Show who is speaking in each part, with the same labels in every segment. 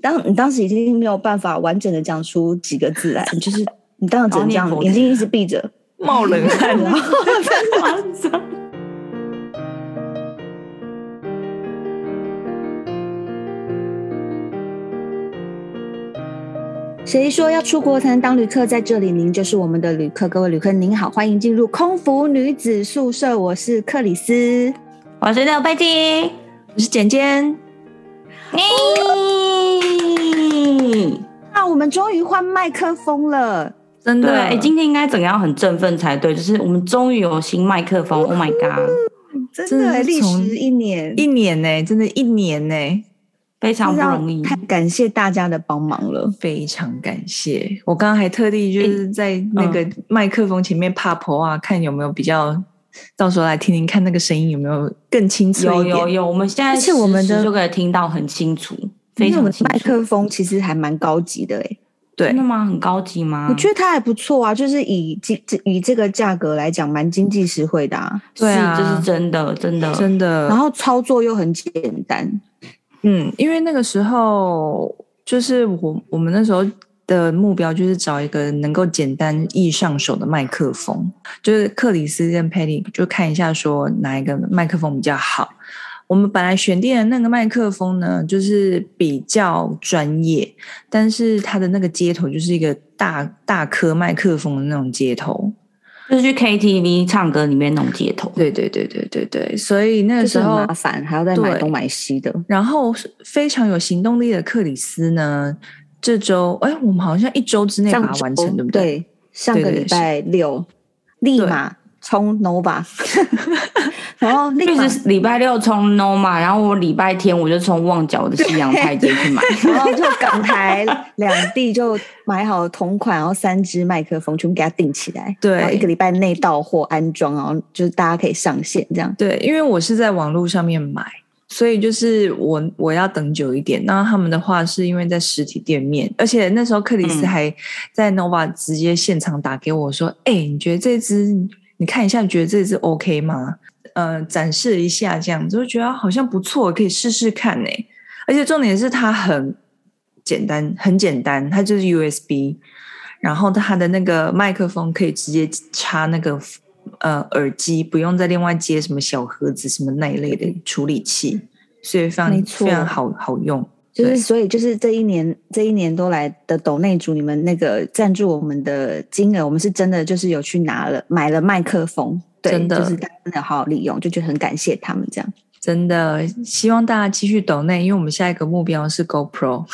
Speaker 1: 当你当时已经没有办法完整的讲出几个字来，你就是你当然只能这
Speaker 2: 然
Speaker 1: 样，
Speaker 2: 后念佛
Speaker 1: 眼睛一直闭着。
Speaker 2: 冒冷汗了，
Speaker 1: 哦
Speaker 2: 真夸张。
Speaker 1: 谁说要出国才能当旅客？在这里，您就是我们的旅客。各位旅客，您好，欢迎进入空服女子宿舍。我是克里斯，
Speaker 2: 我是廖贝蒂，
Speaker 1: 我是简简。
Speaker 2: 咦，
Speaker 1: 啊，我们终于换麦克风了，
Speaker 2: 真的，
Speaker 1: 对
Speaker 2: 哎、今天应该怎样很振奋才对？就是我们终于有新麦克风，Oh my god，
Speaker 1: 真
Speaker 3: 真
Speaker 1: 的
Speaker 3: 的
Speaker 1: 欸
Speaker 3: 是
Speaker 1: 历
Speaker 3: 从
Speaker 1: 时一年，
Speaker 3: 一年呢、真的，一年呢、
Speaker 2: 非常
Speaker 1: 真的
Speaker 2: 不
Speaker 1: 要
Speaker 2: 容易。
Speaker 1: 太感谢大家的帮忙了。
Speaker 3: 非常感谢。我刚刚还特地就是在那个
Speaker 2: 嗯
Speaker 3: 麦克风前面怕婆啊，看有没有比较，到时候来听听看那个声音有没有更清脆
Speaker 2: 有
Speaker 3: 一点。
Speaker 2: 有有，我们现在
Speaker 1: 而且我们的
Speaker 2: 实时就可以听到很清楚，非
Speaker 1: 因为我
Speaker 2: 常
Speaker 1: 们
Speaker 2: 清
Speaker 1: 麦
Speaker 2: 楚。
Speaker 1: 克风其实还蛮高级的哎、
Speaker 3: 对
Speaker 2: 真的，吗？很高级吗？
Speaker 1: 我觉得它还不错啊，就是以经以这个价格来讲，蛮经济实惠的啊。
Speaker 2: 是，
Speaker 3: 对啊
Speaker 2: 这是真的，真的。
Speaker 3: 真的。
Speaker 1: 然后操作又很简单，
Speaker 3: 嗯，因为那个时候就是我我们那时候的目标就是找一个能够简单易上手的麦克风，就是克里斯跟佩里就看一下说哪一个麦克风比较好。我们本来选定的那个麦克风呢，就是比较专业，但是它的那个接头就是一个大大颗麦克风的那种接头。
Speaker 2: 就是去 KTV 唱歌里面那种街头，
Speaker 3: 对对对对对对，所以那
Speaker 1: 就
Speaker 3: 个
Speaker 1: 是
Speaker 3: 时
Speaker 1: 很
Speaker 3: 候
Speaker 1: 麻烦，还要再买
Speaker 3: 对
Speaker 1: 东买西的。
Speaker 3: 然后是非常有行动力的克里斯呢，这周哎，我们好像一周之内把
Speaker 1: 上
Speaker 3: 它
Speaker 1: 周
Speaker 3: 完成，对不对？
Speaker 1: 对，上个
Speaker 3: 对对
Speaker 1: 礼拜六立马冲 nova，然后立马
Speaker 2: 就。是礼拜六冲 Noma，然后我礼拜天我就冲旺角的西洋菜街去买。
Speaker 1: 然后就港台两地就买好同款，然后三支麦克风全部给它订起来，
Speaker 3: 对
Speaker 1: 哦然后一个礼拜内到货安装，然后就是大家可以上线这样。
Speaker 3: 对因为我是在网络上面买，所以就是我我要等久一点。那他们的话是因为在实体店面，而且那时候克里斯
Speaker 2: 嗯
Speaker 3: 还在 Nova 直接现场打给我说：“哎、你觉得这支你看一下，觉得这支 OK 吗？呃，展示一下这样子，我就觉得好像不错，可以试试看呢、而且重点是它很简单，很简单，它就是 USB，然后它的那个麦克风可以直接插那个呃耳机，不用再另外接什么小盒子什么那一类的处理器，所以非常
Speaker 1: 没错
Speaker 3: 非常好好用。
Speaker 1: 就是
Speaker 3: 对
Speaker 1: 所以就是这一年这一年多来的抖内主，你们那个赞助我们的金额，我们是真的就是有去拿了买了麦克风，对，
Speaker 3: 真的
Speaker 1: 就是大家真的好好利用，就觉得很感谢他们这样。
Speaker 3: 真的希望大家继续抖内，因为我们下一个目标是 GoPro，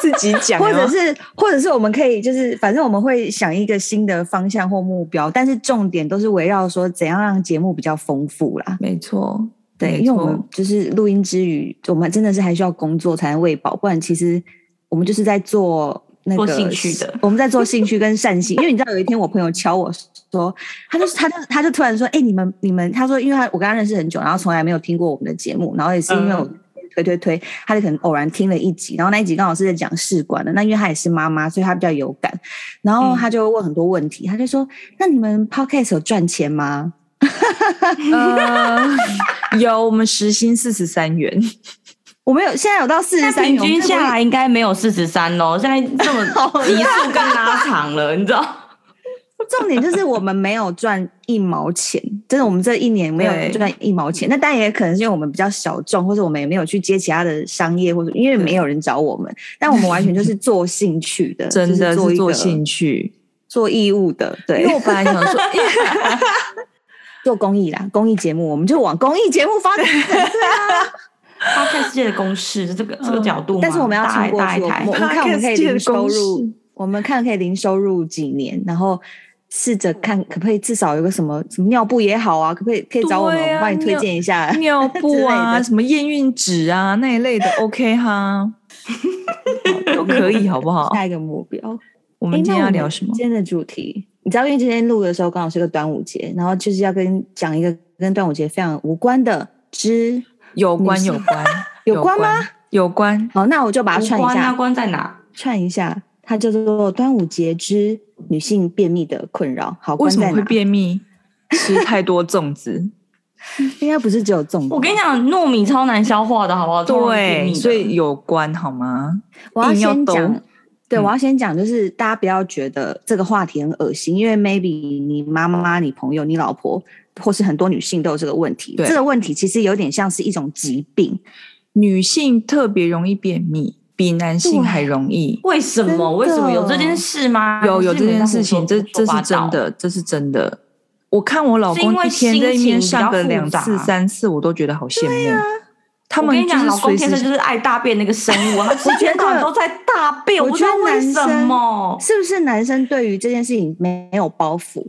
Speaker 3: 自己讲哦，
Speaker 1: 或者是，或者是我们可以，就是反正我们会想一个新的方向或目标，但是重点都是围绕说怎样让节目比较丰富啦。
Speaker 3: 没错，
Speaker 1: 对，
Speaker 3: 没
Speaker 1: 因为我们
Speaker 3: 错
Speaker 1: 就是录音之余，我们真的是还需要工作才能喂饱，不然其实我们就是在做那个
Speaker 2: 做兴趣的，
Speaker 1: 我们在做兴趣跟善心。因为你知道，有一天我朋友敲我说，他就他就他就突然说，哎、你们你们，他说，因为他我跟他认识很久，然后从来没有听过我们的节目，然后也是因
Speaker 2: 嗯
Speaker 1: 为我。推推推，他就可能偶然听了一集，然后那一集刚好是在讲试管的。那因为他也是妈妈，所以他比较有感。然后
Speaker 2: 嗯
Speaker 1: 他就问很多问题，他就说：“那你们 podcast 有赚钱吗？”
Speaker 3: 呃，有我们时薪四十三 元，
Speaker 1: 我们有现在有到四十
Speaker 2: 现在
Speaker 1: 三，
Speaker 2: 平均
Speaker 1: 我们这个
Speaker 2: 下来应该没有四十三喽，现在这么急速更拉长了，你知道？
Speaker 1: 重点就是我们没有赚一毛钱， 真的，我们这一年没有
Speaker 3: 对
Speaker 1: 赚一毛钱。那当然也可能是因为我们比较小众，或者我们也没有去接其他的商业，或者因为没有人找我们，但我们完全就是做兴趣 的，
Speaker 3: 真的
Speaker 1: 就是做
Speaker 3: 做
Speaker 1: 一个
Speaker 3: 兴趣。
Speaker 1: 做义务的，
Speaker 3: 因为
Speaker 1: 对，
Speaker 3: 我本来想说，因为
Speaker 1: 做公益啦，公益节目，我们就往公益节目发 展。
Speaker 2: 他在世界的公式，这个这个角度吗，
Speaker 1: 但是我们要
Speaker 2: 大
Speaker 1: 撑
Speaker 2: 一
Speaker 1: 过
Speaker 2: 大
Speaker 1: 去，
Speaker 2: 一
Speaker 1: 我
Speaker 2: 台
Speaker 1: 们我们看我 们可以
Speaker 3: Podcast 界的
Speaker 1: 零收
Speaker 3: 公
Speaker 1: 入
Speaker 3: 式，
Speaker 1: 我们看可以零收入几年，然后试着看可不可以至少有个什么什么尿布也好啊，可不可以可以找我们，
Speaker 3: 对啊
Speaker 1: 我们帮你推
Speaker 3: 尿
Speaker 1: 荐一 下。
Speaker 3: 尿布
Speaker 1: 之类
Speaker 3: 啊、
Speaker 1: 的
Speaker 3: 什么验孕纸啊那一类的，OK 哈，都可以，好不好？
Speaker 1: 下一个目标。我
Speaker 3: 我们今天要聊什么？
Speaker 1: 今天的主题，你知道，因为今天录的时候刚好是个端午节，然后就是要跟讲一个跟端午节非常无关的之
Speaker 3: 有关
Speaker 1: 女性
Speaker 3: 有关
Speaker 1: 有关吗？
Speaker 3: 有关，
Speaker 1: 好，那我就把它
Speaker 2: 无
Speaker 1: 串一
Speaker 2: 关啊，
Speaker 1: 下，
Speaker 2: 关在哪？
Speaker 1: 串一下，它叫做端午节之女性便秘的困扰。好，
Speaker 3: 为
Speaker 1: 关
Speaker 3: 什么
Speaker 1: 在
Speaker 3: 会
Speaker 1: 哪？
Speaker 3: 便秘？吃太多粽子，
Speaker 1: 应该不是只有粽子。
Speaker 2: 我跟你讲，糯米超难消化的，好不好？超容易便秘
Speaker 3: 对，
Speaker 2: 的
Speaker 3: 所以有关好吗？
Speaker 1: 我要
Speaker 3: 硬要
Speaker 1: 先
Speaker 3: 抖
Speaker 1: 讲，对，
Speaker 3: 嗯
Speaker 1: 我要先讲，就是大家不要觉得这个话题很恶心，因为 maybe 你妈妈、你朋友、你老婆，或是很多女性都有这个问题。
Speaker 3: 对
Speaker 1: 这个问题其实有点像是一种疾病，
Speaker 3: 女性特别容易便秘，比男性还容易。
Speaker 2: 为什
Speaker 1: 真的
Speaker 2: 么？为什么有这件事吗？
Speaker 3: 有有
Speaker 2: 还
Speaker 3: 这
Speaker 2: 是你
Speaker 3: 件
Speaker 2: 们在
Speaker 3: 事情，
Speaker 2: 胡说
Speaker 3: 这这
Speaker 2: 胡说
Speaker 3: 是
Speaker 2: 八道
Speaker 3: 真的，这是真个。我看我老
Speaker 2: 是
Speaker 3: 公
Speaker 2: 因为
Speaker 3: 一天在那
Speaker 2: 心情比
Speaker 3: 边
Speaker 2: 较
Speaker 3: 上个两
Speaker 2: 复
Speaker 3: 次、
Speaker 2: 杂
Speaker 3: 三次，我都觉得好羡慕。他
Speaker 2: 我
Speaker 3: 们
Speaker 2: 跟你
Speaker 3: 就
Speaker 2: 讲，
Speaker 3: 是
Speaker 2: 老公
Speaker 3: 随
Speaker 2: 天生就
Speaker 3: 时
Speaker 2: 是爱大便那个生物，他
Speaker 1: 我
Speaker 2: 一
Speaker 1: 觉得
Speaker 2: 天到晚都在大便，
Speaker 1: 我
Speaker 2: 我
Speaker 1: 觉得
Speaker 2: 不知道为什么？
Speaker 1: 是不是？男生对于这件事情没有包袱，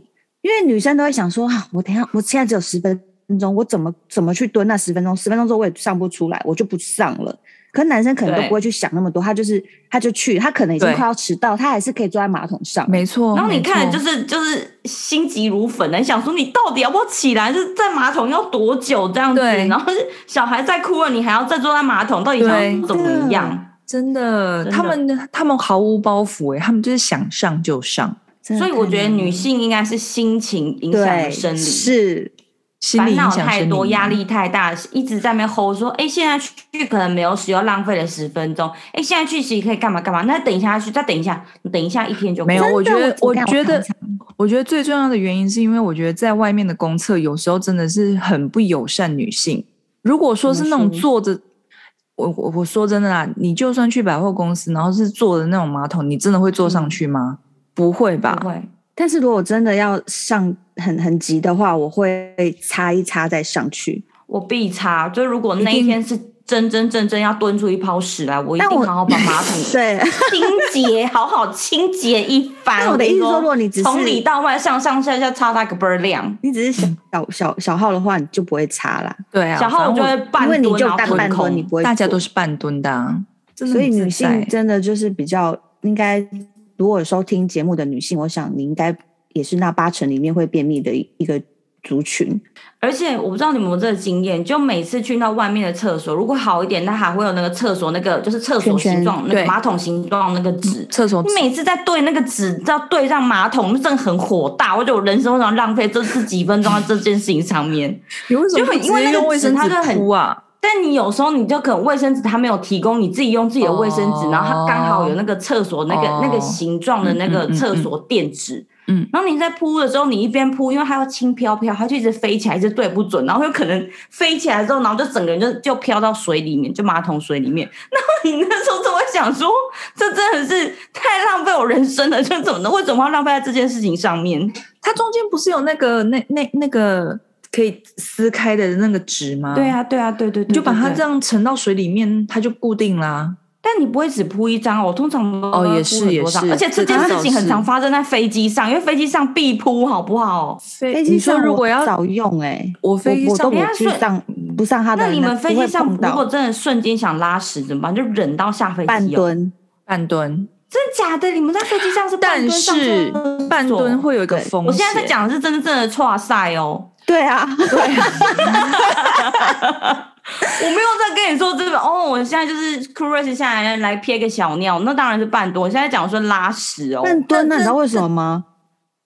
Speaker 1: 因为女生都会想说啊，我等一下，我现在只有十分钟，我怎么怎么去蹲那十分钟？十分钟之后我也上不出来，我就不上了。可男生可能都
Speaker 2: 对
Speaker 1: 不会去想那么多，他就是他就去，他可能已经
Speaker 3: 对
Speaker 1: 快要迟到，他还是可以坐在马桶上。
Speaker 3: 没错。
Speaker 2: 然后你
Speaker 3: 哦没错
Speaker 2: 看，就是就是心急如焚啊的，你想说你到底要不要起来？就是在马桶要多久这样子？
Speaker 3: 对
Speaker 2: 然后是小孩在哭了，你还要再坐在马桶，到底
Speaker 3: 对
Speaker 2: 想要怎么样？
Speaker 3: 真
Speaker 2: 真
Speaker 3: 的，
Speaker 2: 的
Speaker 3: 他们他们毫无包袱哎、他们就是想上就上，
Speaker 1: 真的
Speaker 2: 所以
Speaker 1: 太
Speaker 2: 我觉得
Speaker 1: 难了
Speaker 2: 女性应该是心情影响了
Speaker 1: 对
Speaker 2: 生理。
Speaker 1: 是
Speaker 3: 心
Speaker 2: 烦
Speaker 3: 理影
Speaker 2: 恼
Speaker 3: 响
Speaker 2: 太
Speaker 3: 生
Speaker 2: 多，
Speaker 3: 理啊
Speaker 2: 压
Speaker 3: 吗
Speaker 2: 力太大，一直在那边吼说：“哎，现在去可能没有使用，浪费了十分钟。哎，现在去其实可以干嘛干嘛？那等一下去，再等一下，等一下一天就过
Speaker 3: 没有
Speaker 2: 了
Speaker 1: 真的
Speaker 3: 我
Speaker 1: 我
Speaker 3: 觉得我觉得
Speaker 1: 常常
Speaker 3: 我觉得最重要的原因是因为我觉得在外面的公厕有时候真的是很不友善女性。如果说是那种
Speaker 1: 怎么说
Speaker 3: 坐着，我我我说真的啦，你就算去百货公司，然后是坐的那种马桶，你真的会坐上去吗？不会吧？
Speaker 2: 不会。
Speaker 1: 但是如果真的要上很很急的话，我会擦一擦再上去。
Speaker 2: 我必擦，就如果那
Speaker 3: 一
Speaker 2: 一
Speaker 3: 定
Speaker 2: 天是真真正正要蹲出一泡屎来，我一
Speaker 1: 但
Speaker 2: 定
Speaker 1: 我
Speaker 2: 好好把马 桶
Speaker 1: 对，
Speaker 2: 清洁，好好清洁一番。
Speaker 1: 但我的
Speaker 2: 跟
Speaker 1: 意
Speaker 2: 你
Speaker 1: 思说，如果你只是
Speaker 2: 从里到外、上上下下擦它个倍儿亮，
Speaker 1: 你只是小小小小号的话，你就不会擦啦，
Speaker 3: 对啊，
Speaker 2: 小
Speaker 3: 反
Speaker 2: 号
Speaker 3: 正
Speaker 2: 就会半
Speaker 1: 因为
Speaker 2: 蹲，
Speaker 1: 你就
Speaker 2: 然
Speaker 1: 大
Speaker 2: 后
Speaker 1: 半
Speaker 2: 蹲
Speaker 1: 蹲，你
Speaker 2: 空。
Speaker 1: 不会。
Speaker 3: 大家都，是半蹲的、啊，
Speaker 2: 嗯
Speaker 3: 真的
Speaker 1: 所以
Speaker 3: 很自
Speaker 1: 女性
Speaker 3: 在
Speaker 1: 真的就是比较应该，如果有收听节目的女性，我想你应该也是那八成里面会便秘的一个族群。
Speaker 2: 而且我不知道你们有没有这个经验，就每次去到外面的厕所，如果好一点，它还会有那个厕所那个就是厕
Speaker 1: 圈
Speaker 2: 所
Speaker 1: 圈嗯
Speaker 2: 形状、那
Speaker 3: 对
Speaker 2: 个马桶形状那个纸。
Speaker 3: 厕所
Speaker 2: 你每次在对那个纸，要对上马桶，那真的很火大。我觉得我人生为什么浪费这这几分钟在这件事情上面？
Speaker 3: 你为什么
Speaker 2: 就很
Speaker 3: 不
Speaker 2: 因为
Speaker 3: 直
Speaker 2: 那
Speaker 3: 接
Speaker 2: 个
Speaker 3: 用卫
Speaker 2: 纸
Speaker 3: 生
Speaker 2: 它
Speaker 3: 纸
Speaker 2: 就很
Speaker 3: 铺啊？
Speaker 2: 但你有时候你就可能卫生纸它没有提供，你自己用自己的卫生纸，
Speaker 3: 哦
Speaker 2: 然后它刚好有那个厕所那个、
Speaker 3: 哦嗯
Speaker 2: 那个形状的那个厕所垫纸，
Speaker 3: 嗯嗯嗯嗯
Speaker 2: 然后你在铺的时候，你一边铺，因为它要轻飘飘，它就一直飞起来，一直对不准，然后有可能飞起来之后，然后就整个人就就飘到水里面，就马桶水里面。 然后你那时候就会想说，这真的是太浪费我人生了，这怎么的？为什么要浪费在这件事情上面？
Speaker 3: 它中间不是有那个那那那个可以撕开的那个纸吗？
Speaker 2: 对啊，对啊，对对对
Speaker 3: 你就把它
Speaker 2: 对
Speaker 3: 这样沉到水里面，它就固定啦。
Speaker 2: 但你不会只铺一张，我通常都
Speaker 3: 哦
Speaker 2: 会
Speaker 3: 也
Speaker 2: 铺
Speaker 3: 是
Speaker 2: 很
Speaker 3: 也
Speaker 2: 多张
Speaker 3: 是
Speaker 2: 而且这
Speaker 3: 这
Speaker 2: 件
Speaker 3: 倒
Speaker 2: 事情
Speaker 3: 是
Speaker 2: 很常发生在飞机上，因为飞机上必铺，好不好？
Speaker 1: 飞
Speaker 3: 飞
Speaker 1: 机
Speaker 3: 你说
Speaker 1: 上
Speaker 3: 如
Speaker 1: 我
Speaker 3: 果要
Speaker 1: 少用哎，
Speaker 3: 我飞机
Speaker 1: 我
Speaker 3: 上
Speaker 1: 都
Speaker 2: 哎呀
Speaker 1: 不去
Speaker 2: 所以
Speaker 1: 上不上他的
Speaker 2: 那你们飞
Speaker 1: 不
Speaker 2: 机
Speaker 1: 会
Speaker 2: 上
Speaker 1: 碰
Speaker 2: 如
Speaker 1: 到
Speaker 2: 果真的瞬间想拉屎怎么办？就忍到下飞
Speaker 1: 半
Speaker 2: 机、哦。
Speaker 1: 蹲，
Speaker 3: 半蹲，
Speaker 2: 真的假的？你们在飞机上是半
Speaker 3: 但
Speaker 2: 蹲上
Speaker 3: 是
Speaker 2: 厕所
Speaker 3: 半蹲。会有一个
Speaker 1: 对
Speaker 3: 风
Speaker 2: 我
Speaker 3: 险。
Speaker 2: 现在在讲的是真正的跨赛哦，
Speaker 1: 对啊，
Speaker 2: 我没有在跟你说这个哦。我现在就是 cruise 下来来撇个小尿，那当然是半蹲。我现在讲说拉屎哦，
Speaker 1: 半蹲
Speaker 3: 但
Speaker 1: 那你知道
Speaker 3: 但
Speaker 1: 为什么吗？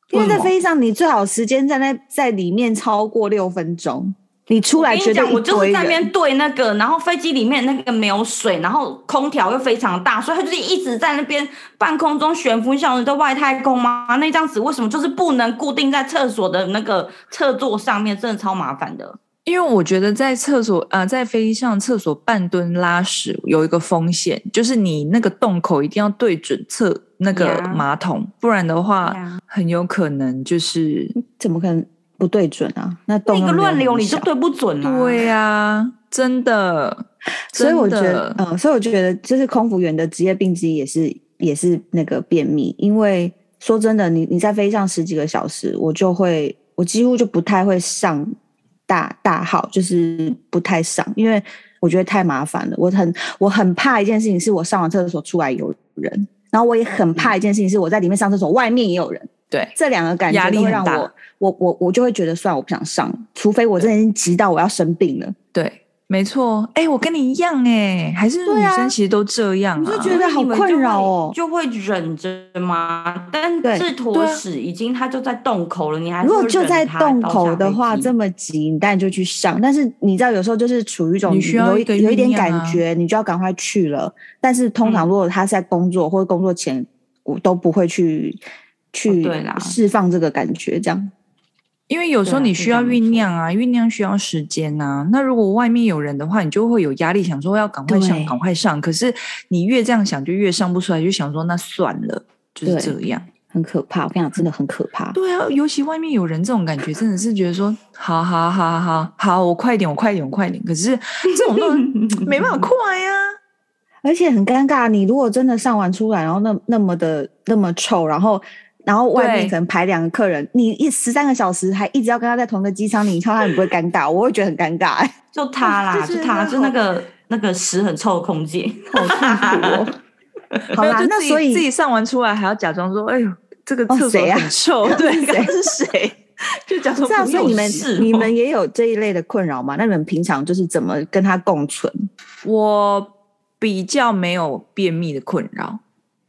Speaker 3: 这
Speaker 1: 因为
Speaker 3: 为
Speaker 1: 在
Speaker 3: 什么
Speaker 1: 飞机上，你最好时间在那在里面超过六分钟，你出
Speaker 2: 我
Speaker 1: 来
Speaker 2: 跟
Speaker 1: 绝
Speaker 2: 你
Speaker 1: 对
Speaker 2: 讲，我
Speaker 1: 一
Speaker 2: 就是
Speaker 1: 堆
Speaker 2: 在
Speaker 1: 人。
Speaker 2: 那边对那个，然后飞机里面那个没有水，然后空调又非常大，所以它就是一直在那边半空中悬浮，像在外太空吗？那张纸为什么就是不能固定在厕所的那个厕座上面？真的超麻烦的。
Speaker 3: 因为我觉得在厕所啊、呃在飞机上厕所半蹲拉屎有一个风险，就是你那个洞口一定要对准厕那个
Speaker 2: 呀
Speaker 3: 马桶不然的话
Speaker 1: 啊
Speaker 2: 呀
Speaker 3: 很有可能就是
Speaker 1: 怎么可能不对准啊？那动
Speaker 2: 那
Speaker 1: 又
Speaker 2: 个
Speaker 1: 没有
Speaker 2: 乱流
Speaker 1: 很
Speaker 2: 你就
Speaker 1: 小
Speaker 2: 对不准啊了、
Speaker 3: 对呀、真的。
Speaker 1: 啊所以我觉
Speaker 3: 真
Speaker 1: 得
Speaker 3: 的，
Speaker 1: 嗯，所以我觉得就是空服员的职业病之一也是也是那个便秘，因为说真的，你你在飞机上十几个小时，我就会我几乎就不太会上大大号，就是不太上，因为我觉得太麻烦了。我很我很怕一件事情是我上完厕所出来有人，然后我也
Speaker 3: 嗯
Speaker 1: 很怕一件事情是我在里面上厕所外面也有人。
Speaker 3: 对，
Speaker 1: 这两个感
Speaker 3: 压
Speaker 1: 觉
Speaker 3: 力
Speaker 1: 都会
Speaker 3: 很
Speaker 1: 让
Speaker 3: 大
Speaker 1: 我，我我我就会觉得，算了我不想上，除非我真的已经急到我要生病了，
Speaker 3: 对，没错，哎、我跟你一样哎、还是
Speaker 1: 对
Speaker 3: 女
Speaker 1: 啊
Speaker 3: 生其实都这样、啊，
Speaker 1: 你就觉得
Speaker 2: 所以你们
Speaker 1: 好困扰哦
Speaker 2: 就会就会忍着吗？但
Speaker 1: 对
Speaker 2: 这坨
Speaker 3: 对啊
Speaker 2: 屎已经它就在洞口了，你还是
Speaker 1: 如果
Speaker 2: 会
Speaker 1: 就
Speaker 2: 忍
Speaker 1: 在
Speaker 2: 它
Speaker 1: 洞
Speaker 2: 到
Speaker 1: 口
Speaker 2: 下
Speaker 1: 的
Speaker 2: 飞
Speaker 1: 话，
Speaker 2: 机
Speaker 1: 这么急，你当然就去上。但是你知道，有时候就是处于一种
Speaker 3: 你需要
Speaker 1: 有
Speaker 3: 一个
Speaker 1: 有一点
Speaker 3: 酝酿
Speaker 1: 感
Speaker 3: 啊
Speaker 1: 觉，你就要赶快去了。但是通
Speaker 2: 嗯
Speaker 1: 常如果他是在工作、或者工作前，我都不会去去
Speaker 2: 哦对啦
Speaker 1: 释放这个感觉，这样
Speaker 3: 因为有时候
Speaker 2: 对啊
Speaker 3: 你
Speaker 2: 是
Speaker 3: 需
Speaker 2: 这
Speaker 3: 要
Speaker 2: 样没
Speaker 3: 酝
Speaker 2: 错
Speaker 3: 酿啊，酝酿需要时间啊。那如果外面有人的话，你就会有压力，想说要赶快上，
Speaker 1: 对
Speaker 3: 赶快上。可是你越这样想，就越上不出来，就想说那算了，就是
Speaker 1: 对
Speaker 3: 这样。
Speaker 1: 很可怕。我跟你讲，真的很可怕。
Speaker 3: 对啊，尤其外面有人这种感觉，真的是觉得说，好好好好好，我快一点，我快一点，我快一点。可是 这种都没办法快呀、啊。
Speaker 1: 而且很尴尬，你如果真的上完出来，然后那那么的那么臭，然后然后外面
Speaker 3: 对
Speaker 1: 可能排两个客人，你一十三个小时还一直要跟他在同一个机舱里，你看他你不会尴尬？我会觉得很尴尬、欸，
Speaker 2: 就 它啦，
Speaker 3: 就
Speaker 2: 就是它，
Speaker 3: 那
Speaker 2: 就那
Speaker 3: 好
Speaker 2: 个那个屎很臭的空姐。
Speaker 1: 好痛苦哦。好
Speaker 3: 没有
Speaker 1: 啦，
Speaker 3: 就
Speaker 1: 那
Speaker 3: 自己
Speaker 1: 所以
Speaker 3: 自己上完出来还要假装说，哎呦，这个
Speaker 1: 哦
Speaker 3: 厕所
Speaker 1: 谁啊
Speaker 3: 很臭， 对，
Speaker 1: 谁
Speaker 3: 刚刚是谁？ 就假装
Speaker 1: 这样，
Speaker 3: 不
Speaker 1: 所以
Speaker 3: 用
Speaker 1: 你们
Speaker 3: 事
Speaker 1: 你
Speaker 3: 哦
Speaker 1: 们也有这一类的困扰吗？那你们平常就是怎么跟他共存？
Speaker 3: 我比较没有便秘的困扰，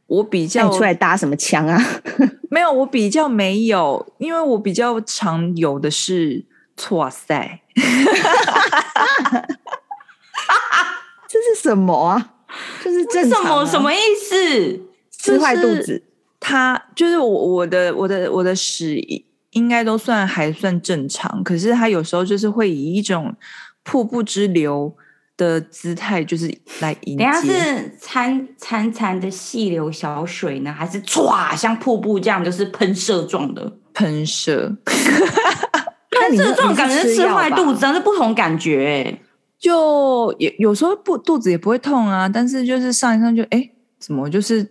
Speaker 3: 我比
Speaker 1: 那
Speaker 3: 较
Speaker 1: 你出来搭什么腔啊？
Speaker 3: 没有，我比较没有，因为我比较常有的是错塞，
Speaker 1: 这是什么啊？就是正
Speaker 2: 什
Speaker 1: 常、啊
Speaker 2: 么什？么意思？
Speaker 1: 吃坏肚
Speaker 3: 就是
Speaker 1: 子？
Speaker 3: 它就是我我的我的我的屎应该都算还算正常，可是它有时候就是会以一种瀑布之流的姿态，就是来迎
Speaker 2: 等一下
Speaker 3: 接。
Speaker 2: 是潺潺潺的细流小水呢，还是唰像瀑布这样就是喷射状的？
Speaker 3: 喷射，
Speaker 1: 那
Speaker 2: 喷
Speaker 1: 你
Speaker 2: 射
Speaker 1: 是
Speaker 2: 状感觉
Speaker 1: 你
Speaker 2: 是
Speaker 1: 是
Speaker 2: 吃
Speaker 1: 吃
Speaker 2: 坏肚子，啊，是不同感觉、欸。
Speaker 3: 就有有时候不肚子也不会痛啊，但是就是上一上就哎、诶怎么就是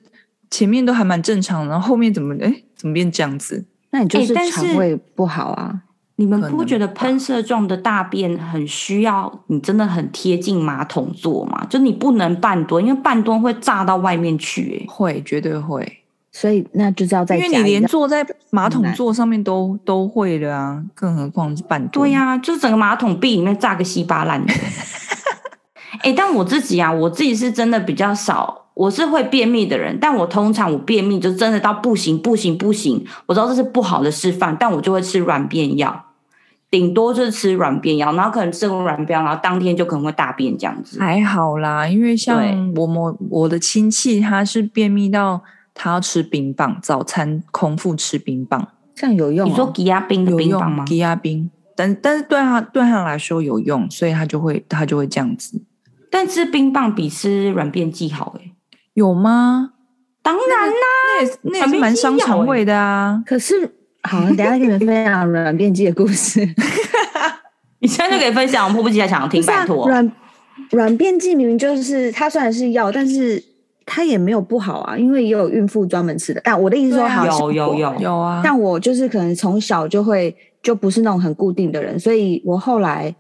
Speaker 3: 前面都还蛮正常，然后后面怎么哎、诶怎么变这样子？
Speaker 1: 那你就
Speaker 2: 哎
Speaker 1: 是
Speaker 2: 但是
Speaker 1: 肠胃不好啊？
Speaker 2: 你们
Speaker 3: 可
Speaker 2: 不
Speaker 3: 能
Speaker 2: 觉得喷射状的大便很需要你真的很贴近马桶坐吗？就你不能半蹲，因为半蹲会炸到外面去、欸。
Speaker 3: 会，绝对会，
Speaker 1: 所以那就是要在
Speaker 3: 因
Speaker 1: 家
Speaker 3: 为你
Speaker 1: 里
Speaker 3: 连
Speaker 1: 让
Speaker 3: 坐在马桶
Speaker 1: 难
Speaker 3: 座上面都都会了啊，更何况是半蹲。
Speaker 2: 对、呀、就整个马桶壁里面炸个稀巴 烂的。哎、但我自己啊，我自己是真的比较少，我是会便秘的人，但我通常我便秘就真的到不行不行不行，我知道这是不好的示范，但我就会吃软便药，顶多就是吃软便药，然后可能吃完软便药，然后当天就可能会大便这样子。
Speaker 1: 哎
Speaker 3: 还好啦，因为像
Speaker 2: 对
Speaker 3: 我们我的亲戚，他是便秘到他要吃冰棒，早餐空腹吃冰棒，
Speaker 1: 这样有用、
Speaker 2: 你
Speaker 1: 哦？
Speaker 2: 说吉亚冰的
Speaker 3: 有
Speaker 2: 冰棒
Speaker 3: 用
Speaker 2: 吗？
Speaker 3: 低压冰，但但是对他对他来说有用，所以他就会他就会这样子。
Speaker 2: 但吃冰棒比吃软便剂好哎、
Speaker 3: 有吗？
Speaker 2: 当然啦、
Speaker 3: 那也那也
Speaker 2: 反
Speaker 3: 是
Speaker 2: 面
Speaker 3: 蛮
Speaker 2: 基
Speaker 3: 伤
Speaker 2: 友
Speaker 3: 肠
Speaker 2: 欸
Speaker 3: 胃的啊。
Speaker 1: 可是好，等一下跟你们分享软便剂的故事。
Speaker 2: 你现在就可以分享，我迫不及待想要听，
Speaker 1: 不是啊
Speaker 2: 拜托。
Speaker 1: 软软便剂明明就是它虽然是药，但是它也没有不好啊，因为也有孕妇专门吃的。但我的意思
Speaker 3: 对
Speaker 1: 说
Speaker 3: 啊
Speaker 1: 好，
Speaker 2: 有有有，
Speaker 3: 有啊，
Speaker 1: 但我就是可能从小就会就不是那种很固定的人，所以我后来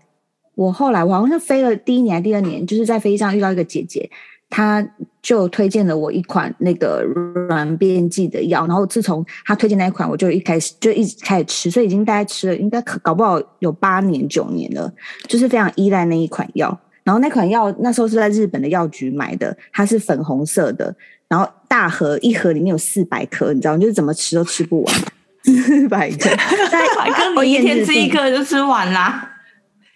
Speaker 1: 我后来我好像是飞了第一年还是第二年，就是在飞机上遇到一个姐姐，她就推荐了我一款那个软便剂的药，然后自从她推荐那一款，我就一开始就一直开始吃，所以已经大概吃了应该可搞不好有八年九年了，就是非常依赖那一款药。然后那款药那时候是在日本的药局买的，它是粉红色的，然后大盒一盒里面有四百颗，你知道，你就是怎么吃都吃不完，四百 颗。哦
Speaker 2: 百
Speaker 1: 但
Speaker 2: 哥，
Speaker 1: 我
Speaker 2: 你一
Speaker 1: 厌
Speaker 2: 天
Speaker 1: 食
Speaker 2: 吃
Speaker 1: 病
Speaker 2: 一颗就吃完啦。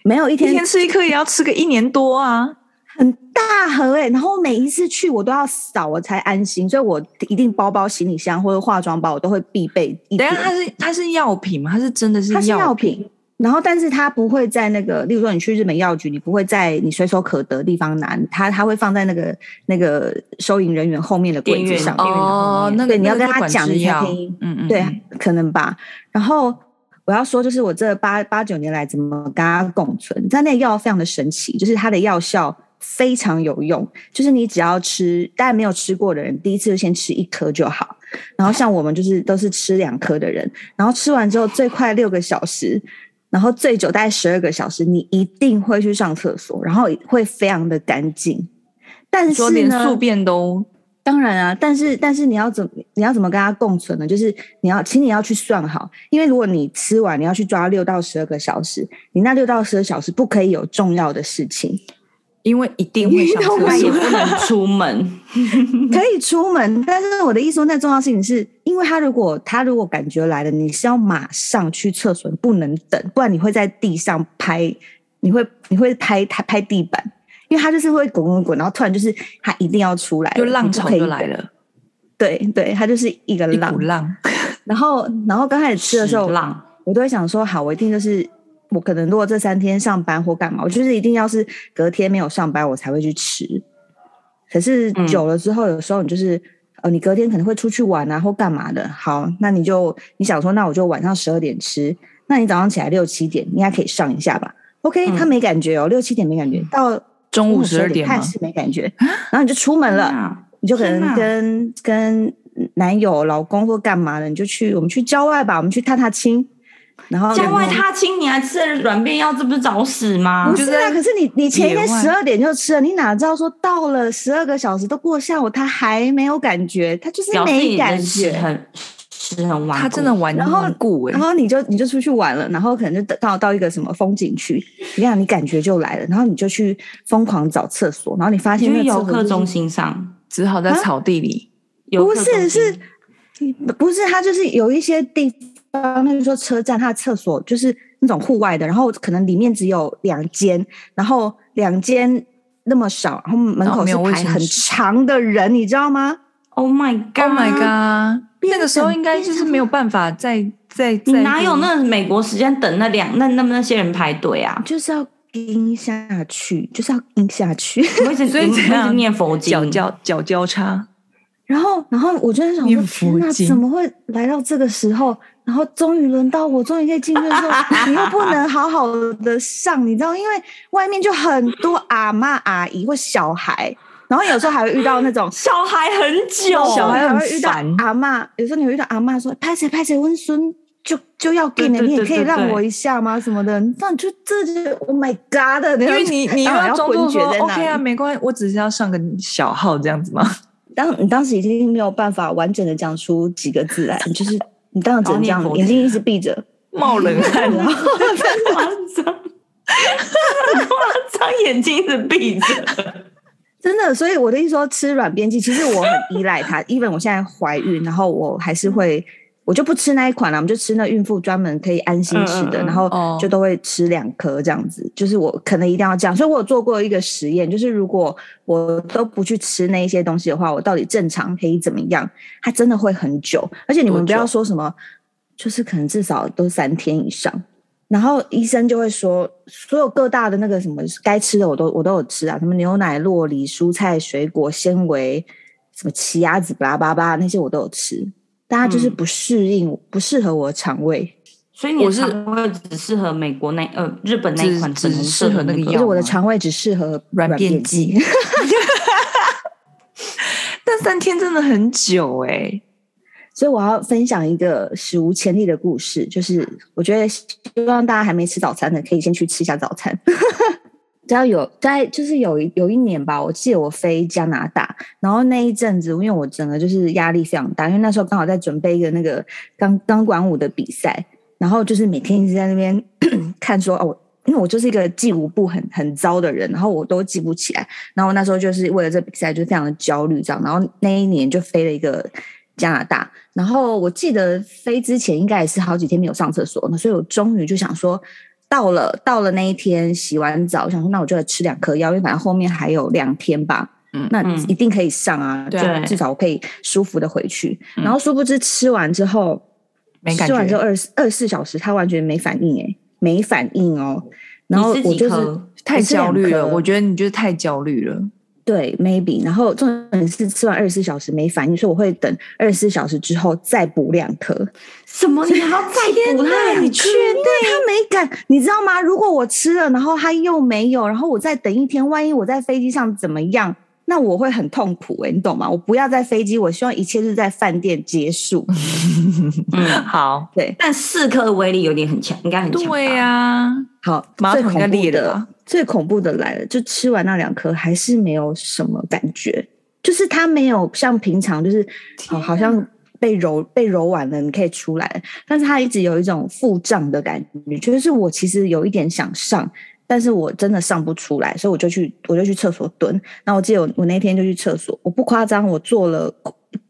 Speaker 1: 没有一
Speaker 3: 一
Speaker 1: 天
Speaker 3: 天吃一颗也要吃个一年多啊。
Speaker 1: 很大盒哎、欸，然后每一次去我都要扫，我才安心，所以我一定包包、行李箱或者化妆包我都会必备一
Speaker 3: 等
Speaker 1: 点
Speaker 3: 一。下它是它是药品吗？它是真的是
Speaker 1: 它是
Speaker 3: 药
Speaker 1: 药品，然后但是它不会在那个，例如说你去日本药局，你不会在你随手可得的地方拿，它它会放在那个那个收银人员后面的柜
Speaker 2: 店
Speaker 1: 子
Speaker 2: 员
Speaker 1: 上。
Speaker 2: 哦
Speaker 3: 哦，那个
Speaker 1: 对你要
Speaker 3: 那个
Speaker 1: 跟他
Speaker 3: 管
Speaker 1: 讲
Speaker 3: 制
Speaker 1: 你才
Speaker 3: 药
Speaker 1: 可以
Speaker 3: 嗯嗯，
Speaker 1: 对啊
Speaker 3: 嗯，
Speaker 1: 可能吧。然后我要说，就是我这八八九年来怎么跟它共存，但那个药非常的神奇，就是它的药效非常有用，就是你只要吃，大家没有吃过的人，第一次就先吃一颗就好。然后像我们就是都是吃两颗的人，然后吃完之后最快六个小时。然后最久大概十二个小时，你一定会去上厕所，然后会非常的干净。但
Speaker 3: 你
Speaker 1: 是
Speaker 3: 说连
Speaker 1: 呢，
Speaker 3: 宿便都
Speaker 1: 当然啊，但是但是你要怎么你要怎么跟它共存呢？就是你要，请你要去算好，因为如果你吃完，你要去抓六到十二个小时，你那六到十二小时不可以有重要的事情，
Speaker 3: 因为一定会想
Speaker 1: 你懂
Speaker 3: 出
Speaker 1: 我
Speaker 2: 那也
Speaker 1: 意
Speaker 2: 不
Speaker 1: 思
Speaker 3: 来。
Speaker 2: 能出门。
Speaker 3: 嗯
Speaker 1: 可以出门。但是我的意思说，那重要事情是因为他如果他如果感觉来了，你是要马上去厕所，你不能等，不然你会在地上拍，你会你会拍拍拍地板，因为他就是会滚滚滚，然后突然就是他一定要出来了，
Speaker 3: 就浪
Speaker 1: 你不
Speaker 3: 潮
Speaker 1: 可以
Speaker 3: 就来
Speaker 1: 等，
Speaker 3: 了，
Speaker 1: 对对，他就是一个
Speaker 3: 一
Speaker 1: 浪
Speaker 3: 股。浪，
Speaker 1: 然后然后刚开始吃的时候，
Speaker 2: 浪，
Speaker 1: 我都会想说，好，我一定就是我可能如果这三天上班或干嘛，我就是一定要是隔天没有上班，我才会去吃。可是
Speaker 2: 嗯
Speaker 1: 久了之后，有时候你就是、呃，你隔天可能会出去玩啊或干嘛的。好，那你就你想说，那我就晚上十二点吃，那你早上起来六七点应该可以上一下吧？OK，、
Speaker 2: 嗯
Speaker 1: 他没感觉哦，六七点没感觉，到
Speaker 3: 嗯中午十二
Speaker 1: 点
Speaker 3: 点
Speaker 1: 他
Speaker 3: 吗啊
Speaker 1: 也？是没感觉，然后你就出门了。
Speaker 2: 啊，
Speaker 1: 你就可
Speaker 2: 天
Speaker 1: 能
Speaker 2: 哪
Speaker 1: 跟跟男友、老公或干嘛的，你就去我们去郊外吧，我们去踏踏青。然后
Speaker 2: 郊外
Speaker 1: 你
Speaker 2: 踏青，你还吃了软便药，这不是找死吗
Speaker 1: 不？
Speaker 3: 就是在
Speaker 1: 啊，可是你你前一天
Speaker 3: 野外
Speaker 1: 十二点就吃了，你哪知道说到了十二个小时都过下午，他还没有感觉，他就是
Speaker 2: 表示
Speaker 1: 没
Speaker 2: 你
Speaker 1: 感
Speaker 2: 的屎
Speaker 1: 觉。
Speaker 2: 很屎很顽固。
Speaker 3: 他真的顽
Speaker 1: 然后
Speaker 3: 顽固哎
Speaker 1: 然，后你就你就出去玩了，然后可能就到到一个什么风景区，你看你感觉就来了，然后你就去疯狂找厕所，然后你发
Speaker 2: 你
Speaker 1: 现
Speaker 2: 去
Speaker 1: 那个
Speaker 2: 游
Speaker 1: 厕所
Speaker 2: 客
Speaker 1: 就是
Speaker 2: 中心上，
Speaker 3: 只好在
Speaker 1: 啊
Speaker 3: 草地里。
Speaker 2: 游客
Speaker 1: 不
Speaker 2: 中
Speaker 1: 是
Speaker 2: 心
Speaker 1: 是不是，它就是有一些地方，例如说车站，它的厕所就是那种户外的，然后可能里面只有两间，然后两间那么少，然后门
Speaker 3: 然后
Speaker 1: 口哦
Speaker 3: 没
Speaker 1: 是
Speaker 3: 有卫
Speaker 1: 排
Speaker 3: 生
Speaker 1: 很
Speaker 3: 纸
Speaker 1: 长的人，你知道吗？
Speaker 2: ，Oh my
Speaker 3: Oh my
Speaker 2: god！
Speaker 3: god！
Speaker 1: 边
Speaker 3: 那个时候
Speaker 1: 等
Speaker 3: 应该就是没有办法再再
Speaker 2: 你
Speaker 3: 再
Speaker 2: 哪有那美国时间等那两那那么那些人排队啊？
Speaker 1: 就是要盯下去，就是要盯下去。
Speaker 2: 我一直
Speaker 3: 所以
Speaker 2: 我一
Speaker 3: 怎
Speaker 2: 直
Speaker 3: 样
Speaker 2: 念佛经
Speaker 3: 脚，交脚交叉？
Speaker 1: 然后，然后我就在想
Speaker 3: 念
Speaker 1: 说，
Speaker 3: 佛
Speaker 1: 天哪，
Speaker 3: 经
Speaker 1: 怎么会来到这个时候？然后终于轮到我，终于可以进去的时候，你又不能好好的上，你知道，因为外面就很多阿嬷、阿姨或小孩，然后有时候还会遇到那种
Speaker 2: 小孩很久，
Speaker 1: 小孩还
Speaker 3: 哦很
Speaker 1: 会遇到
Speaker 3: 烦
Speaker 1: 阿嬷，有时候你会遇到阿嬷说：“拍谁拍谁，温孙就就要给你，
Speaker 2: 对对
Speaker 1: 你也
Speaker 2: 对
Speaker 1: 可以
Speaker 2: 对
Speaker 1: 让
Speaker 2: 对
Speaker 1: 我一下吗？”什么的，那你就这就是 Oh my God 的，因
Speaker 3: 因为 你你又
Speaker 1: 当然
Speaker 3: 要
Speaker 1: 要
Speaker 3: 装作
Speaker 1: 昏厥
Speaker 3: 说
Speaker 1: 在那
Speaker 3: OK 啊，
Speaker 1: 里
Speaker 3: 没关系，我只是要上个小号这样子嘛。
Speaker 1: 当你当时已经没有办法完整的讲出几个字来，你就是你当然只能这
Speaker 2: 然
Speaker 1: 样，
Speaker 2: 后念佛
Speaker 1: 眼睛一直闭着。
Speaker 3: 冒冷汗，
Speaker 1: 然后
Speaker 2: 夸张， 夸张，眼睛是闭着。
Speaker 1: 真的，所以我的意思说，吃软便剂，其实我很依赖它。even 我现在怀孕，然后我还是会，
Speaker 2: 嗯
Speaker 1: 我就不吃那一款了，我们就吃那孕妇专门可以安心吃的，
Speaker 2: 嗯嗯嗯
Speaker 1: 然后
Speaker 3: 哦
Speaker 1: 就都会吃两颗这样子。就是我可能一定要这样，所以我有做过一个实验，就是如果我都不去吃那一些东西的话，我到底正常可以怎么样？它真的会很久，而且你们
Speaker 3: 多
Speaker 1: 不
Speaker 3: 久
Speaker 1: 要说什么，就是可能至少都三天以上。然后医生就会说，所有各大的那个什么该吃的我都我都有吃啊，什么牛奶、洛梨、蔬菜、水果、纤维，什么奇亚籽、巴拉巴拉那些我都有吃。大家就是
Speaker 2: 嗯
Speaker 1: 不适应，不适合我的肠胃，
Speaker 2: 所以你
Speaker 3: 我
Speaker 2: 的
Speaker 3: 是
Speaker 2: 肠胃只适合美国那呃日本那一款
Speaker 3: 只
Speaker 2: 粉红色
Speaker 3: 只适合
Speaker 2: 的
Speaker 3: 那个
Speaker 1: 就
Speaker 3: 药
Speaker 1: 是我啊的
Speaker 3: 嗯吗
Speaker 1: 肠胃只适合
Speaker 3: 软
Speaker 1: 软
Speaker 3: 便
Speaker 1: 便剂。
Speaker 3: 但三天真的很久哎、
Speaker 1: 所以我要分享一个史无前例的故事，就是我觉得希望大家还没吃早餐的，可以先去吃一下早餐。 只要有在，就是有一有一年吧，我记得我飞加拿大，然后那一阵子，因为我整个就是压力非常大，因为那时候刚好在准备一个那个钢钢管舞的比赛，然后就是每天一直在那边 看说哦，我因为我就是一个记舞步很很糟的人，然后我都记不起来，然后我那时候就是为了这比赛就非常的焦虑这样，然后那一年就飞了一个加拿大，然后我记得飞之前应该也是好几天没有上厕所，那所以我终于就想说。到了，到了那一天，洗完澡，我想说那我就来吃两颗药，因为反正后面还有两天吧，
Speaker 3: 嗯
Speaker 1: 那
Speaker 2: 嗯
Speaker 1: 一定可以上啊，
Speaker 3: 对
Speaker 1: 就至少我可以舒服的回去。
Speaker 3: 嗯
Speaker 1: 然后殊不知吃完之后，
Speaker 3: 没感
Speaker 1: 吃完之后
Speaker 3: 觉，
Speaker 1: 二十二十四小时，他完全没反应、欸，没反应哦。然后
Speaker 2: 你
Speaker 1: 我
Speaker 2: 自己
Speaker 1: 就是
Speaker 2: 喝
Speaker 3: 太焦虑了。我
Speaker 1: 得
Speaker 3: 觉得你就是太焦虑了，
Speaker 1: 对，maybe。然后重点是吃完二十四小时没反应，所以我会等二十四小时之后再补两颗。
Speaker 2: 什么？你还要再补它？
Speaker 1: 你确定他没敢？你知道吗？如果我吃了，然后他又没有，然后我再等一天，万一我在飞机上怎么样？那我会很痛苦哎、你懂吗？我不要在飞机，我希望一切是在饭店结束。
Speaker 2: 嗯，
Speaker 3: 好，
Speaker 1: 对，
Speaker 2: 但四颗的威力有点很强，应该很强。
Speaker 3: 对、啊呀、
Speaker 1: 好，
Speaker 3: 马
Speaker 1: 最
Speaker 3: 桶应该
Speaker 1: 恐怖
Speaker 3: 裂了
Speaker 1: 的
Speaker 3: 吧，
Speaker 1: 最恐怖的来了，就吃完那两颗还是没有什么感觉，就是它没有像平常就是、哦、好像被揉被揉完了，你可以出来了，但是它一直有一种腹胀的感觉，就是我其实有一点想上。但是我真的上不出来，所以我就去我就去厕所蹲。那我记得我我那天就去厕所，我不夸张，我坐了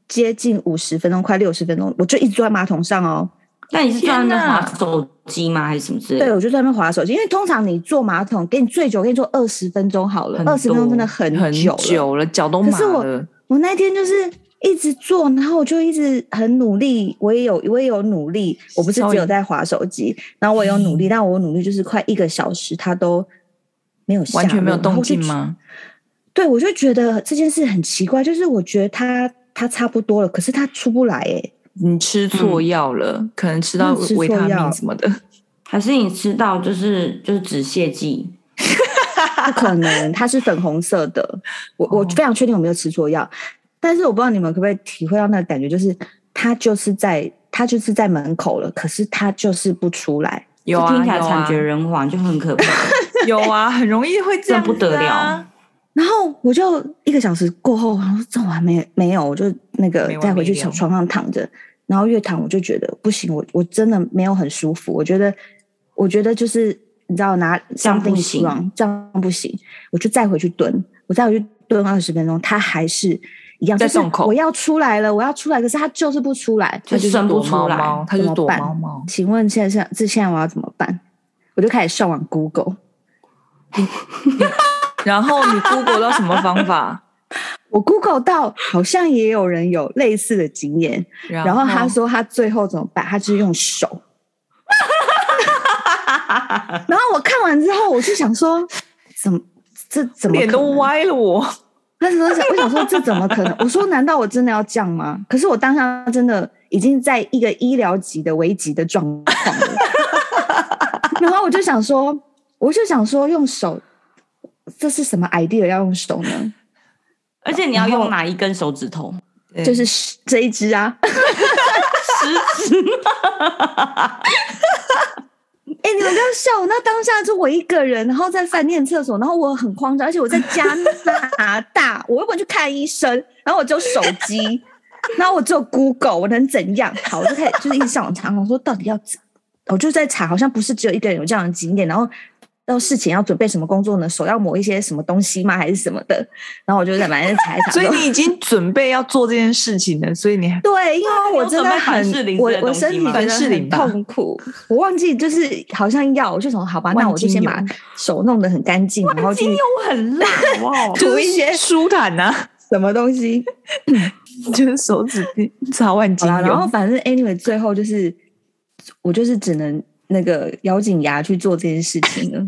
Speaker 1: 接近五十分钟，快六十分钟，我就一直坐在马桶上哦。
Speaker 2: 那你是在那边
Speaker 3: 天哪
Speaker 2: 划手机吗？还是什么之类的？
Speaker 1: 对，我就在那边划手机，因为通常你坐马桶，给你最久，给你坐二十分钟好了
Speaker 3: 很，多
Speaker 1: 二十分钟真的
Speaker 3: 很
Speaker 1: 久了。
Speaker 3: 久了，脚都麻
Speaker 1: 可是我
Speaker 3: 了。
Speaker 1: 我那天就是一直做，然后我就一直很努力，我也有我也有努力，我不是
Speaker 3: 稍微
Speaker 1: 只有在划手机，然后我有 努力，但我努力就是快一个小时，它都没有下
Speaker 3: 完全没有
Speaker 1: 落然后
Speaker 3: 动
Speaker 1: 我就
Speaker 3: 静
Speaker 1: 觉
Speaker 3: 吗？
Speaker 1: 对，我就觉得这件事很奇怪，就是我觉得他他差不多了，可是他出不来哎。
Speaker 3: 你吃错药了，可能吃到
Speaker 1: 嗯吃
Speaker 3: 维
Speaker 1: 错
Speaker 3: 他
Speaker 1: 药
Speaker 3: 命什么 的。
Speaker 2: 还是你吃到就是就是止泻剂？
Speaker 1: 不 可能，它是粉红色的，我我
Speaker 3: 哦
Speaker 1: 非常确定我没有吃错药，但是我不知道你们可不可以体会到那个感觉，就是他就是在他就是在门口了，可是他就是不出来。
Speaker 3: 有
Speaker 2: 这
Speaker 3: 啊，
Speaker 2: 听起来
Speaker 3: 有
Speaker 2: 惨
Speaker 3: 啊
Speaker 2: 绝人寰，就很可怕。
Speaker 3: 有啊，很容易会这样、啊，
Speaker 2: 这不得了。
Speaker 1: 然后我就一个小时过后，然后这我还没没有，我就那个
Speaker 3: 没完
Speaker 1: 再回去
Speaker 3: 没了
Speaker 1: 床床上躺着，然后越躺我就觉得不行，我我真的没有很舒服，我觉得我觉得就是你知道拿
Speaker 2: 这样不
Speaker 1: something
Speaker 2: 行
Speaker 1: wrong，这样不行，我就再回去蹲，我再回去蹲二十分钟，它还是一样，
Speaker 3: 在
Speaker 1: 就是
Speaker 3: 洞口
Speaker 1: 我要出来了，我要出来，可是它就是不出来，
Speaker 2: 就
Speaker 3: 他就是
Speaker 2: 生不
Speaker 3: 躲
Speaker 2: 出
Speaker 3: 猫
Speaker 2: 来
Speaker 3: 猫，他
Speaker 1: 怎
Speaker 3: 就
Speaker 1: 么
Speaker 3: 躲
Speaker 1: 办
Speaker 3: 猫猫。
Speaker 1: 请问现在这现在我要怎么办？我就开始上网 Google，
Speaker 3: 然后你 Google 到什么方法？
Speaker 1: 我 Google 到好像也有人有类似的经验，
Speaker 3: 然
Speaker 1: 然后他说他最后怎么办？他就是用手。 然后我看完之后，我就想说，怎么这怎么可
Speaker 3: 脸
Speaker 1: 能
Speaker 3: 都？歪了我，
Speaker 1: 那时候想，我想说这怎么可能？我说难道我真的要这样吗？可是我当下真的已经在一个医疗级的危急的状况了。 然后我就想说，我就想说用手，这是什么 idea 要用手呢？
Speaker 2: 而且你要
Speaker 1: 然后
Speaker 2: 用哪一根手指 头？
Speaker 1: 就
Speaker 3: 对
Speaker 1: 是这一只啊。
Speaker 2: 食指
Speaker 1: 哎、你们不要笑！那当下就我一个人，然后在饭店厕所，然后我很慌张，而且我在加拿大，我又不能去看医生，然后我只有手机，然后我只有 Google，我能怎样？好，我就开始就是一直上网查，我说到底要怎，我就在查，好像不是只有一个人有这样的经验，然后到事情要准备什么工作呢？手要抹一些什么东西吗？还是什么的？然后我就在反正查一查，
Speaker 3: 所以你已经准备要做这件事情了，所以你还
Speaker 1: 对，因为我真的很
Speaker 2: 你有准备凡士林之
Speaker 1: 我
Speaker 2: 类的
Speaker 1: 我
Speaker 2: 东西
Speaker 1: 身体
Speaker 2: 吗
Speaker 1: 觉得
Speaker 3: 凡士
Speaker 1: 很
Speaker 3: 林吧
Speaker 1: 痛苦，我忘记就是好像要，我就想好吧，那
Speaker 3: 万
Speaker 1: 我就先
Speaker 3: 金油
Speaker 1: 把手弄得很干净，然后去
Speaker 2: 精油很辣，哇！
Speaker 1: 涂
Speaker 3: 就
Speaker 1: 一些
Speaker 3: 是舒坦啊呐、
Speaker 1: 什么东西。
Speaker 3: 就是手指擦万
Speaker 1: 好
Speaker 3: 金
Speaker 1: 啦，然后
Speaker 3: 油。
Speaker 1: 反正 anyway，最后就是我就是只能那个咬紧牙去做这件事情了，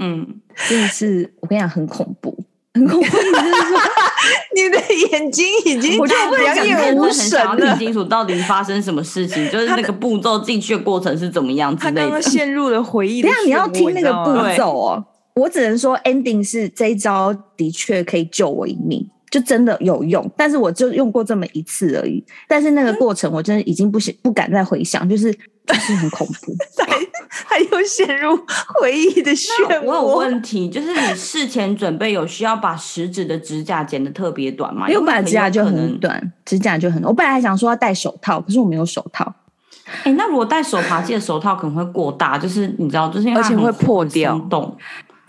Speaker 2: 嗯，
Speaker 1: 真的是我跟你讲很恐怖，很恐怖，就是说
Speaker 3: 你的眼睛 已经
Speaker 1: 我就不能
Speaker 3: 两
Speaker 1: 讲
Speaker 3: 眼无
Speaker 2: 我真的
Speaker 3: 神
Speaker 2: 很想要
Speaker 3: 了
Speaker 2: 听。清楚到底发生什么事情，就是那个步骤进去的过程是怎么样之
Speaker 3: 他
Speaker 2: 类
Speaker 3: 刚
Speaker 2: 的
Speaker 3: 刚。陷入了回忆的
Speaker 1: 等一
Speaker 3: 漩涡。
Speaker 1: 下你要听那
Speaker 3: 知
Speaker 1: 个
Speaker 3: 道吗
Speaker 1: 步骤哦。我只能说，ending 是这一招的确可以救我一命，就真的有用。但是我就用过这么一次而已。但是那个过程，我真的已经不行，不敢再回想，就是就是很恐怖。
Speaker 3: 他 他又陷入回忆的漩
Speaker 2: 那我有
Speaker 3: 涡。
Speaker 2: 问题，就是你事前准备有需要把食指的指甲剪的特别短吗？
Speaker 1: 因为我
Speaker 2: 为
Speaker 1: 本来
Speaker 2: 很
Speaker 1: 指甲就
Speaker 2: 有可
Speaker 1: 很
Speaker 2: 能。
Speaker 1: 短，指甲就很短。我本来还想说要戴手套，可是我没有手套。
Speaker 2: 哎，那如果戴手扒鸡的手套可能会过大，就是你知道，就是因为它
Speaker 3: 而且
Speaker 2: 很
Speaker 3: 会破掉
Speaker 2: 松动。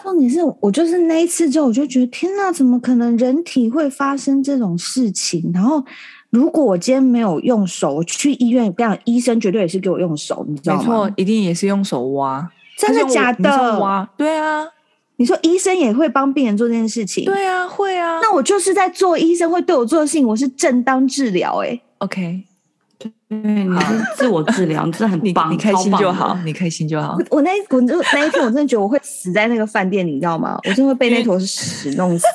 Speaker 1: 重点是我就是那一次之后，我就觉得天哪，怎么可能人体会发生这种事情？然后，如果我今天没有用手，我去医院，我跟你讲，医生绝对也是给我用手，你知道
Speaker 3: 没
Speaker 1: 吗？
Speaker 3: 错，一定也是用手挖，
Speaker 1: 真的
Speaker 3: 他是用
Speaker 1: 假
Speaker 3: 你是用
Speaker 1: 的？
Speaker 3: 挖，对啊，
Speaker 1: 你说医生也会帮病人做这件事情？。
Speaker 3: 对啊，会啊。
Speaker 1: 那我就是在做医生会对我做的事情，我是正当治疗、欸。
Speaker 3: OK，
Speaker 2: 对，你是自我治疗，你真的很
Speaker 3: 嗯 你
Speaker 2: 棒，
Speaker 3: 你开
Speaker 2: 超
Speaker 3: 心
Speaker 2: 棒
Speaker 3: 就
Speaker 2: 的
Speaker 3: 好，你开心就好。
Speaker 1: 我我那一我就那一天，我真的觉得我会死在那个饭店里，你知道 吗？我真的会被那坨屎弄死。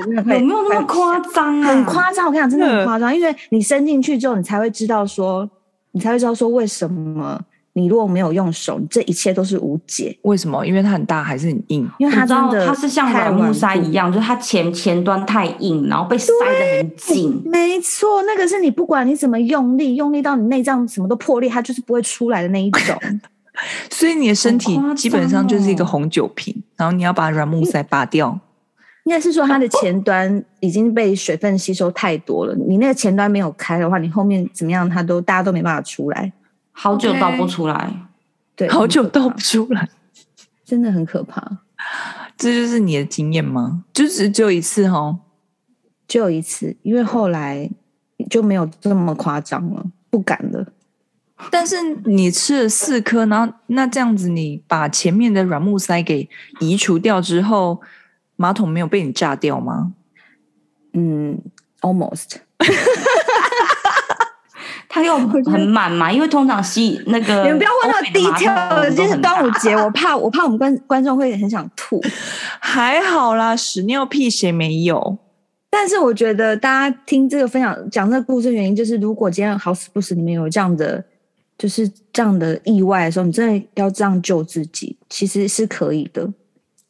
Speaker 1: 我真的会
Speaker 2: 有没有那么夸张啊？
Speaker 1: 很夸张，我跟你讲，真的很夸张，因为你伸进去之后，你才会知道说，你才会知道说为什么你如果没有用手，你这一切都是无解，
Speaker 3: 为什么？因为它很大，还是很硬。
Speaker 1: 因
Speaker 2: 我
Speaker 1: 为
Speaker 2: 知
Speaker 1: 它
Speaker 2: 道
Speaker 1: 真的
Speaker 2: 它是像
Speaker 1: 太
Speaker 2: 软木塞
Speaker 1: 顽固
Speaker 2: 一样，就是它前前端太硬，然后被塞得很紧。
Speaker 1: 没错，那个是你不管你怎么用力，用力到你内脏什么都破裂，它就是不会出来的那一 种。
Speaker 3: 所以你的身体
Speaker 2: 好夸张
Speaker 3: 基本上就是一个
Speaker 2: 哦
Speaker 3: 红酒瓶，然后你要把软木塞拔掉，
Speaker 1: 应该是说它的前端已经被水分吸收太多了，你那个前端没有开的话，你后面怎么样，它都大家都没办法出来。
Speaker 2: 好久
Speaker 3: OK
Speaker 2: 倒不出来。
Speaker 1: 对，
Speaker 3: 好久
Speaker 1: 很可
Speaker 3: 倒
Speaker 1: 怕
Speaker 3: 不出来，
Speaker 1: 真的很可怕。
Speaker 3: 这就是你的经验吗？就只只有一次哦。
Speaker 1: 只有一次，因为后来就没有这么夸张了，不敢了。
Speaker 3: 但是你吃了四颗，然后那这样子，你把前面的软木塞给移除掉之后，马桶没有被你炸掉吗？
Speaker 1: 嗯，almost。
Speaker 2: 它又很满嘛，因为通常吸那个，
Speaker 3: 呃
Speaker 1: 你们不要问那么低调了，今天是端午节，我怕我怕我们观观众会很想吐。
Speaker 3: 还好啦，屎尿屁谁没有？
Speaker 1: 但是我觉得大家听这个分享讲这个故事的原因，就是如果今天好死不死你们有这样的就是这样的意外的时候，你真的要这样救自己，其实是可以的。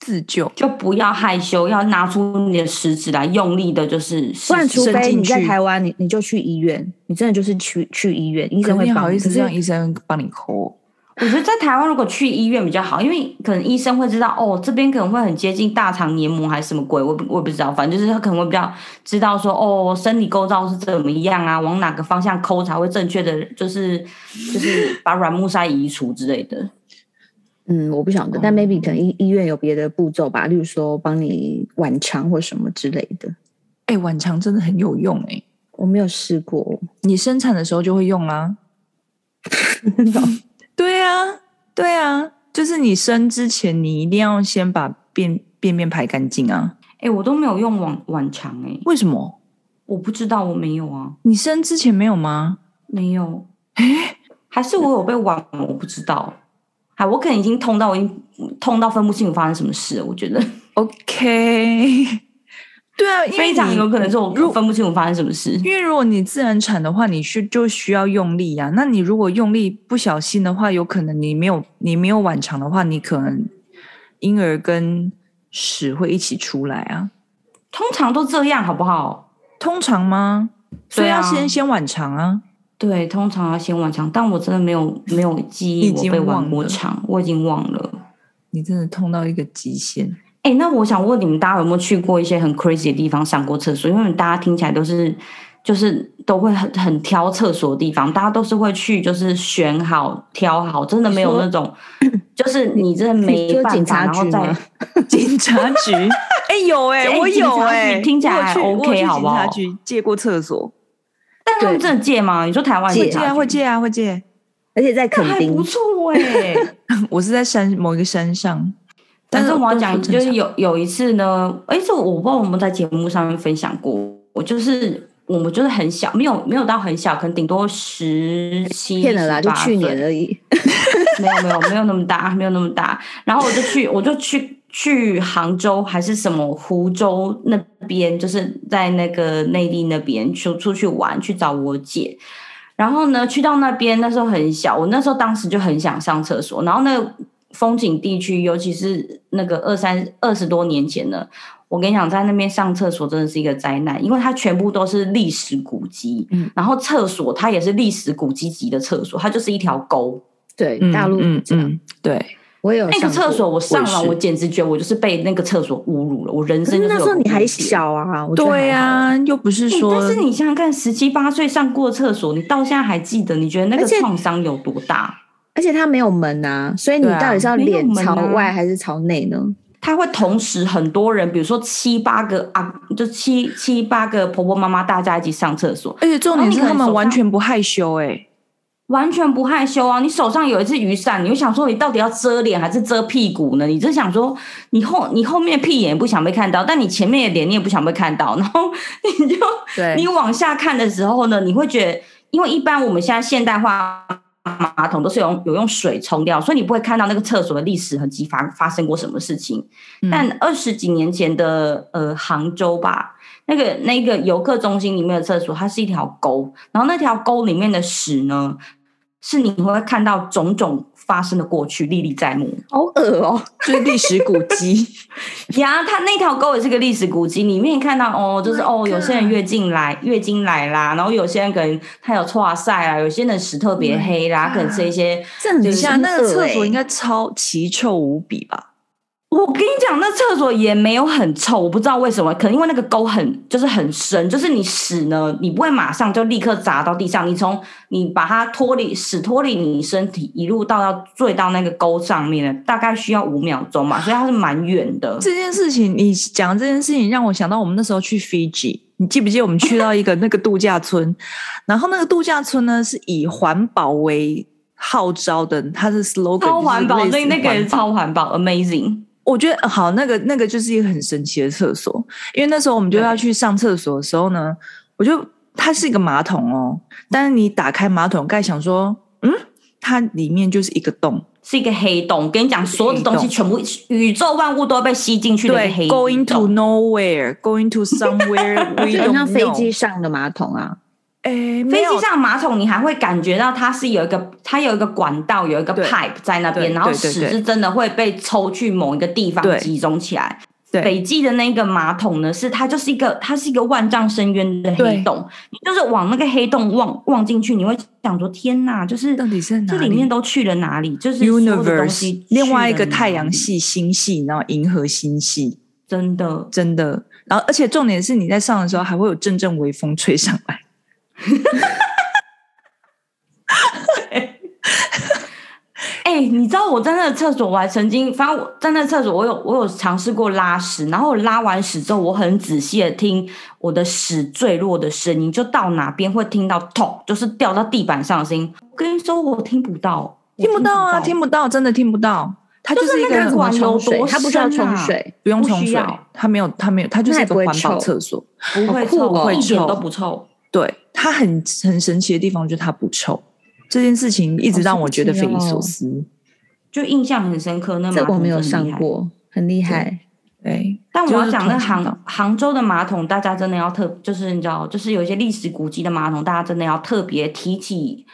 Speaker 3: 自救。
Speaker 2: 就不要害羞，要拿出你的食指来用力的，就是
Speaker 1: 不然，除
Speaker 2: 是
Speaker 3: 伸
Speaker 1: 非
Speaker 3: 进
Speaker 1: 你在
Speaker 3: 去
Speaker 1: 台湾，你你就去医院，你真的就是去去医院，医
Speaker 3: 可
Speaker 1: 生
Speaker 3: 是
Speaker 1: 会
Speaker 3: 你
Speaker 1: 帮
Speaker 3: 好
Speaker 1: 你
Speaker 3: 意思
Speaker 1: 可是
Speaker 3: 让医生帮你抠？
Speaker 2: 我觉得在台湾如果去医院比较好，因为可能医生会知道哦，这边可能会很接近大肠黏膜还是什么鬼，我也不我也不知道，反正就是他可能会比较知道说哦，生理构造是怎么样啊，往哪个方向抠才会正确的，就是就是把软木塞移除之类的。
Speaker 1: 嗯，我不晓得，但
Speaker 3: 哦
Speaker 1: maybe 可能医医院有别的步骤吧，例如说帮你晚肠或什么之类的。
Speaker 3: 哎、晚肠真的很有用哎、
Speaker 1: 我没有试过，
Speaker 3: 你生产的时候就会用啦、啊对啊，对啊，就是你生之前，你一定要先把便便便排干净啊。
Speaker 2: 哎，我都没有用晚晚肠哎、
Speaker 3: 为什么？
Speaker 2: 我不知道我没有啊，
Speaker 3: 你生之前没有吗？
Speaker 2: 没有，还是我有被晚，我不知道。哎，我可能已经痛到我已经痛到分不清楚发生什么事了，我觉得。
Speaker 3: OK，对啊，因为
Speaker 2: 非常
Speaker 3: 你
Speaker 2: 有可能是我
Speaker 3: 如
Speaker 2: 分不清我发生什么事。
Speaker 3: 因为如果你自然产的话，你需就需要用力啊。那你如果用力不小心的话，有可能你没有你没有晚肠的话，你可能婴儿跟屎会一起出来啊。
Speaker 2: 通常都这样，好不好？
Speaker 3: 通常吗？所以
Speaker 2: 对啊
Speaker 3: 要先先晚肠啊。
Speaker 2: 对，通常要先晚肠，但我真的没有没有记
Speaker 3: 你已
Speaker 2: 忆我
Speaker 3: 经
Speaker 2: 被晚
Speaker 3: 忘
Speaker 2: 过
Speaker 3: 了
Speaker 2: 肠，我已经忘了。
Speaker 3: 你真的痛到一个极 限。
Speaker 2: 哎，那我想问你们，大家有没有去过一些很 crazy 的地方上过厕所？因为你们大家听起来都是就是都会很很挑厕所的地方，大家都是会去就是选好挑好，真的没有
Speaker 1: 你说
Speaker 2: 那种就是你真的
Speaker 1: 你
Speaker 2: 没
Speaker 1: 说
Speaker 2: 办
Speaker 1: 警
Speaker 2: 法，
Speaker 1: 察
Speaker 2: 然后
Speaker 1: 局
Speaker 2: 再
Speaker 1: 吗？
Speaker 3: 警察局， 哎、有哎、
Speaker 2: 哎
Speaker 3: 我
Speaker 2: 警
Speaker 3: 有
Speaker 2: 察局
Speaker 3: 哎、
Speaker 2: 听起来
Speaker 3: 我有去
Speaker 2: 还 OK，
Speaker 3: 我有去
Speaker 2: 好不好
Speaker 3: 警察局借过厕所，
Speaker 2: 但他们
Speaker 1: 对
Speaker 2: 真的借吗？你说台湾
Speaker 1: 借
Speaker 2: 警
Speaker 3: 借
Speaker 2: 察
Speaker 3: 啊，
Speaker 2: 局
Speaker 3: 会借啊，会借。
Speaker 1: 而且在
Speaker 2: 那
Speaker 1: 垦
Speaker 2: 还
Speaker 1: 丁
Speaker 2: 不，错哎、
Speaker 3: 欸 我是在山某一个山上，
Speaker 2: 但
Speaker 3: 但
Speaker 2: 是
Speaker 3: 是
Speaker 2: 我要讲，
Speaker 3: 都是
Speaker 2: 就
Speaker 3: 正
Speaker 2: 是
Speaker 3: 常
Speaker 2: 有有一次呢，哎，这我不知道我们在节目上面分享过，我就是我们就是很小，没有没有到很小，可能顶多十七
Speaker 1: 骗了啦，就去年，而已。
Speaker 2: 18岁没有没有没有那么大，没有那么大。然后我就去，我就去去杭州还是什么湖州那边，就是在那个内地那边出出去玩，去找我姐。然后呢，去到那边那时候很小，我那时候当时就很想上厕所。然后那个风景地区，尤其是那个二三二十多年前呢，我跟你讲，在那边上厕所真的是一个灾难，因为它全部都是历史古迹，
Speaker 3: 嗯
Speaker 2: 然后厕所它也是历史古迹级的厕所，它就是一条沟。
Speaker 1: 对，
Speaker 3: 嗯
Speaker 1: 大陆
Speaker 3: 嗯
Speaker 1: 这样，
Speaker 3: 嗯，对，
Speaker 1: 我也有
Speaker 2: 那个
Speaker 1: 上
Speaker 2: 厕
Speaker 1: 过
Speaker 2: 所我上
Speaker 3: 我
Speaker 2: 了，
Speaker 3: 也是
Speaker 2: 我简直觉得我就是被那个厕所侮辱了，我人
Speaker 1: 可
Speaker 2: 生
Speaker 1: 是
Speaker 2: 就是
Speaker 1: 那时候
Speaker 2: 有
Speaker 1: 你还
Speaker 2: 侮辱
Speaker 1: 小啊，我觉得
Speaker 3: 对
Speaker 1: 还好
Speaker 3: 呀、又不哎是
Speaker 2: 欸
Speaker 3: 说，
Speaker 2: 但是你想想看，十七八岁上过厕所，你到现在还记得，你觉得那个
Speaker 1: 而且
Speaker 2: 创伤有多大？
Speaker 1: 而且它没有门啊，所以你
Speaker 3: 对啊
Speaker 1: 到底是要
Speaker 2: 没有
Speaker 1: 脸
Speaker 2: 门
Speaker 1: 朝
Speaker 2: 啊
Speaker 1: 外还是朝内呢？
Speaker 2: 他会同时很多人，比如说七八个啊，就七七八个婆婆妈妈，大家一起上厕所，
Speaker 3: 而且重点是
Speaker 2: 然后你可能
Speaker 3: 他
Speaker 2: 手
Speaker 3: 们
Speaker 2: 上
Speaker 3: 完全不害羞哎、
Speaker 2: 完全不害羞啊！你手上有一只雨伞，你就想说你到底要遮脸还是遮屁股呢？你就想说你后你后面的屁眼也不想被看到，但你前面的脸你也不想被看到，然后你就
Speaker 3: 对
Speaker 2: 你往下看的时候呢，你会觉得，因为一般我们现在现代化马桶都是有用有用水冲掉，所以你不会看到那个厕所的历史痕迹发发生过什么事情。
Speaker 3: 嗯
Speaker 2: 但二十几年前的呃杭州吧，那个那个游客中心里面的厕所，它是一条沟，然后那条沟里面的屎呢，是你会看到种种发生的过去，历历在目。
Speaker 1: 好恶哦、
Speaker 3: 就是历史古 迹，
Speaker 2: 呀，它那条沟也是个历史古迹，里面看到哦，就是
Speaker 3: Oh
Speaker 2: 哦
Speaker 3: my，
Speaker 2: 有些人月经来，月经来啦，然后有些人可能他有错晒啦，有些人屎特别
Speaker 3: Oh my
Speaker 2: 黑啦，可能
Speaker 3: God
Speaker 2: 是一些
Speaker 1: 这很欸
Speaker 3: 等一
Speaker 1: 像
Speaker 3: 下那个厕所应
Speaker 1: 该
Speaker 3: 该超奇臭无比吧？
Speaker 2: 我跟你讲，那厕所也没有很臭，我不知道为什么，可能因为那个沟很就是很深，就是你屎呢，你不会马上就立刻砸到地上，你从你把它脱离屎脱离你身体，一路到到坠到那个沟上面大概需要五秒钟嘛，所以它是蛮远的。
Speaker 3: 这件事情，你讲这件事情让我想到我们那时候去 Fiji，你记不记得我们去到一个那个度假村，然后那个度假村呢是以环保为号召的，它的 slogan
Speaker 2: 超
Speaker 3: 就是
Speaker 2: 环保，
Speaker 3: 类似
Speaker 2: 对，那个
Speaker 3: 环
Speaker 2: 也
Speaker 3: 保
Speaker 2: 超环保，amazing。
Speaker 3: 我觉得呃好，那个那个就是一个很神奇的厕所，因为那时候我们就要去上厕所的时候呢，我就它是一个马桶哦，但是你打开马桶盖，想说，嗯，它里面就是一个洞，
Speaker 2: 是一个黑洞，我跟你讲，所有的东
Speaker 3: 黑
Speaker 2: 西
Speaker 3: 洞
Speaker 2: 全部宇宙万物都要被吸进去的一个黑
Speaker 3: 对，going to
Speaker 2: 洞
Speaker 3: nowhere，going to somewhere
Speaker 1: 就
Speaker 3: we
Speaker 1: 很
Speaker 3: don't
Speaker 1: 像
Speaker 3: know。
Speaker 1: 飞机上的马桶啊。
Speaker 3: 诶，没
Speaker 2: 飞
Speaker 3: 有
Speaker 2: 机上马桶，你还会感觉到它是有一个，它有一个管道，有一个
Speaker 3: 对
Speaker 2: pipe 在那边，
Speaker 3: 对
Speaker 2: 然后
Speaker 3: 对对
Speaker 2: 屎
Speaker 3: 对
Speaker 2: 是真的会被抽去某一个地方
Speaker 3: 对
Speaker 2: 集中起来。
Speaker 3: 对
Speaker 2: 北极的那个马桶呢，是它就是一个，它是一个万丈深渊的黑
Speaker 3: 对
Speaker 2: 洞，你就是往那个黑洞望望进去，你会想说天哪，就是
Speaker 3: 到底是哪
Speaker 2: 这里面都去了哪里？就是所有的东西
Speaker 3: universe，另外一
Speaker 2: 去
Speaker 3: 个
Speaker 2: 了哪
Speaker 3: 太
Speaker 2: 里
Speaker 3: 阳，系、星系，然后银河星系，
Speaker 2: 真的
Speaker 3: 真的。然后，而且重点是你在上的时候还会有阵阵微风吹上来。
Speaker 2: 哎、你知道我在那个厕所，我还曾经，反正我在那个厕所，我有我有尝试过拉屎，然后我拉完屎之后，我很仔细的听我的屎坠落的声音，就到哪边会听到痛，就是掉到地板上的声音。我跟你说，我听不到，
Speaker 3: 听不到啊，听
Speaker 2: 不
Speaker 3: 不到，真的听不到。它
Speaker 2: 就是
Speaker 3: 是一
Speaker 2: 那个
Speaker 3: 个
Speaker 2: 管啊有
Speaker 1: 冲水
Speaker 2: 多，
Speaker 1: 它不需要
Speaker 2: 深啊
Speaker 1: 冲水，
Speaker 3: 不用
Speaker 2: 不
Speaker 3: 冲
Speaker 2: 需
Speaker 3: 水
Speaker 2: 要，
Speaker 3: 它没有，它没有，它就是一个
Speaker 1: 那也不会
Speaker 3: 环保
Speaker 1: 臭
Speaker 3: 厕所。
Speaker 2: 不会
Speaker 1: 好酷
Speaker 2: 臭，
Speaker 1: 哦
Speaker 2: 一点
Speaker 3: 臭
Speaker 2: 都不臭。
Speaker 3: 对，它很很神奇的地方就是它不臭，这件事情一直
Speaker 1: 好
Speaker 3: 让
Speaker 1: 神
Speaker 3: 我觉得
Speaker 1: 奇
Speaker 3: 匪夷所
Speaker 1: 哦
Speaker 3: 思。
Speaker 2: 就印象很深刻，那马
Speaker 1: 这我
Speaker 2: 桶
Speaker 1: 没有
Speaker 2: 真的很
Speaker 1: 上
Speaker 2: 厉害。
Speaker 1: 过，很厉害。
Speaker 3: 对，
Speaker 2: 但我
Speaker 3: 就
Speaker 2: 要
Speaker 3: 是
Speaker 2: 讲，
Speaker 3: 通
Speaker 2: 那
Speaker 3: 常
Speaker 2: 杭
Speaker 3: 的
Speaker 2: 杭州的马桶，大家真的要特，就是你知道，就是有一些历史古迹的马桶，大家真的要特别提起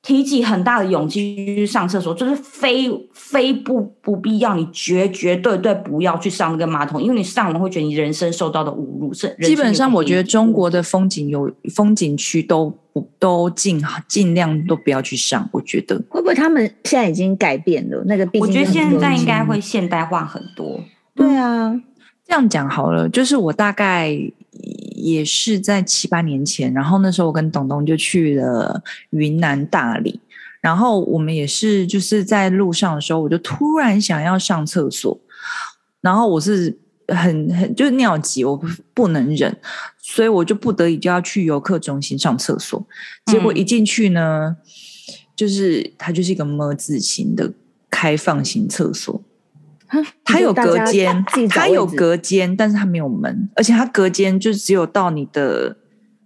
Speaker 2: 提起很大的勇气去上厕所，就是非非不不必要，你绝绝对对不要去上那个马桶，因为你上完会觉得你人生受到的侮辱。是
Speaker 3: 基本上我觉得中国的风景有风景区都不都尽尽量都不要去上，我觉得。
Speaker 1: 会不会他们现在已经改变了那个？毕
Speaker 2: 人生有个阴影，我
Speaker 1: 竟是很多
Speaker 2: 觉得现在
Speaker 1: 人
Speaker 2: 应该会嗯现代化很多。
Speaker 1: 对啊，
Speaker 3: 这样讲好了，就是我大概也是在七八年前，然后那时候我跟董董就去了云南大理，然后我们也是就是在路上的时候，我就突然想要上厕所，然后我是很很就是尿急，我不不能忍，所以我就不得已就要去游客中心上厕所，结果
Speaker 2: 嗯
Speaker 3: 一进去呢，就是它就是一个么字形的开放型厕所。它有隔间
Speaker 1: 自己，找
Speaker 3: 它
Speaker 1: 位
Speaker 3: 有
Speaker 1: 置
Speaker 3: 隔间，但是它没有门，而且它隔间就只有到你的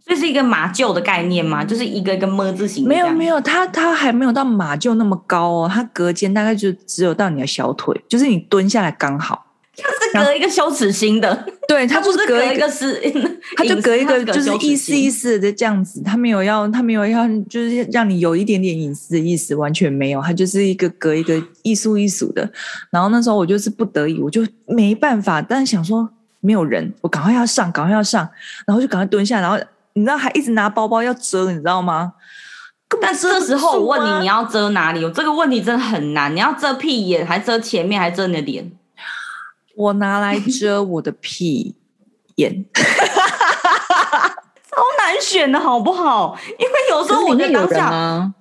Speaker 2: 这是一个马厩的概念嘛，就是一个一个么字形的
Speaker 3: 嗯没
Speaker 2: 这样，
Speaker 3: 有没有，它它还没有到马厩那么高哦，它隔间大概就只有到你的小腿，就是你蹲下来刚好。
Speaker 2: 它是隔一个羞耻心的，
Speaker 3: 对，它
Speaker 2: 它
Speaker 3: 就
Speaker 2: 不是
Speaker 3: 隔
Speaker 2: 一
Speaker 3: 一
Speaker 2: 个
Speaker 3: 个，
Speaker 2: 是，
Speaker 3: 它就隔一个，就
Speaker 2: 隐私
Speaker 3: 是
Speaker 2: 它羞
Speaker 3: 意思
Speaker 2: 耻心
Speaker 3: 意思的这样子，它没有要，它没有要，就是让你有一点点隐私的意思，完全没有，它就是一个隔一个艺术艺术的。然后那时候我就是不得已，我就没办法，但是想说没有人，我赶快要上，赶快要上，然后就赶快蹲下，然后你知道还一直拿包包要遮，你知道吗？根本
Speaker 2: 但
Speaker 3: 遮
Speaker 2: 这
Speaker 3: 不
Speaker 2: 时候
Speaker 3: 住
Speaker 2: 我问
Speaker 3: 啊
Speaker 2: 你，你要遮哪里？我这个问题真的很难。你要遮屁眼，还遮前面，还遮你的脸？
Speaker 3: 我拿来遮我的屁眼，
Speaker 2: 超难选的好不好？因为有时
Speaker 1: 可
Speaker 2: 候
Speaker 1: 是
Speaker 2: 我
Speaker 1: 里
Speaker 2: 在
Speaker 1: 面有
Speaker 2: 当
Speaker 1: 人啊
Speaker 2: 下，
Speaker 1: 吗？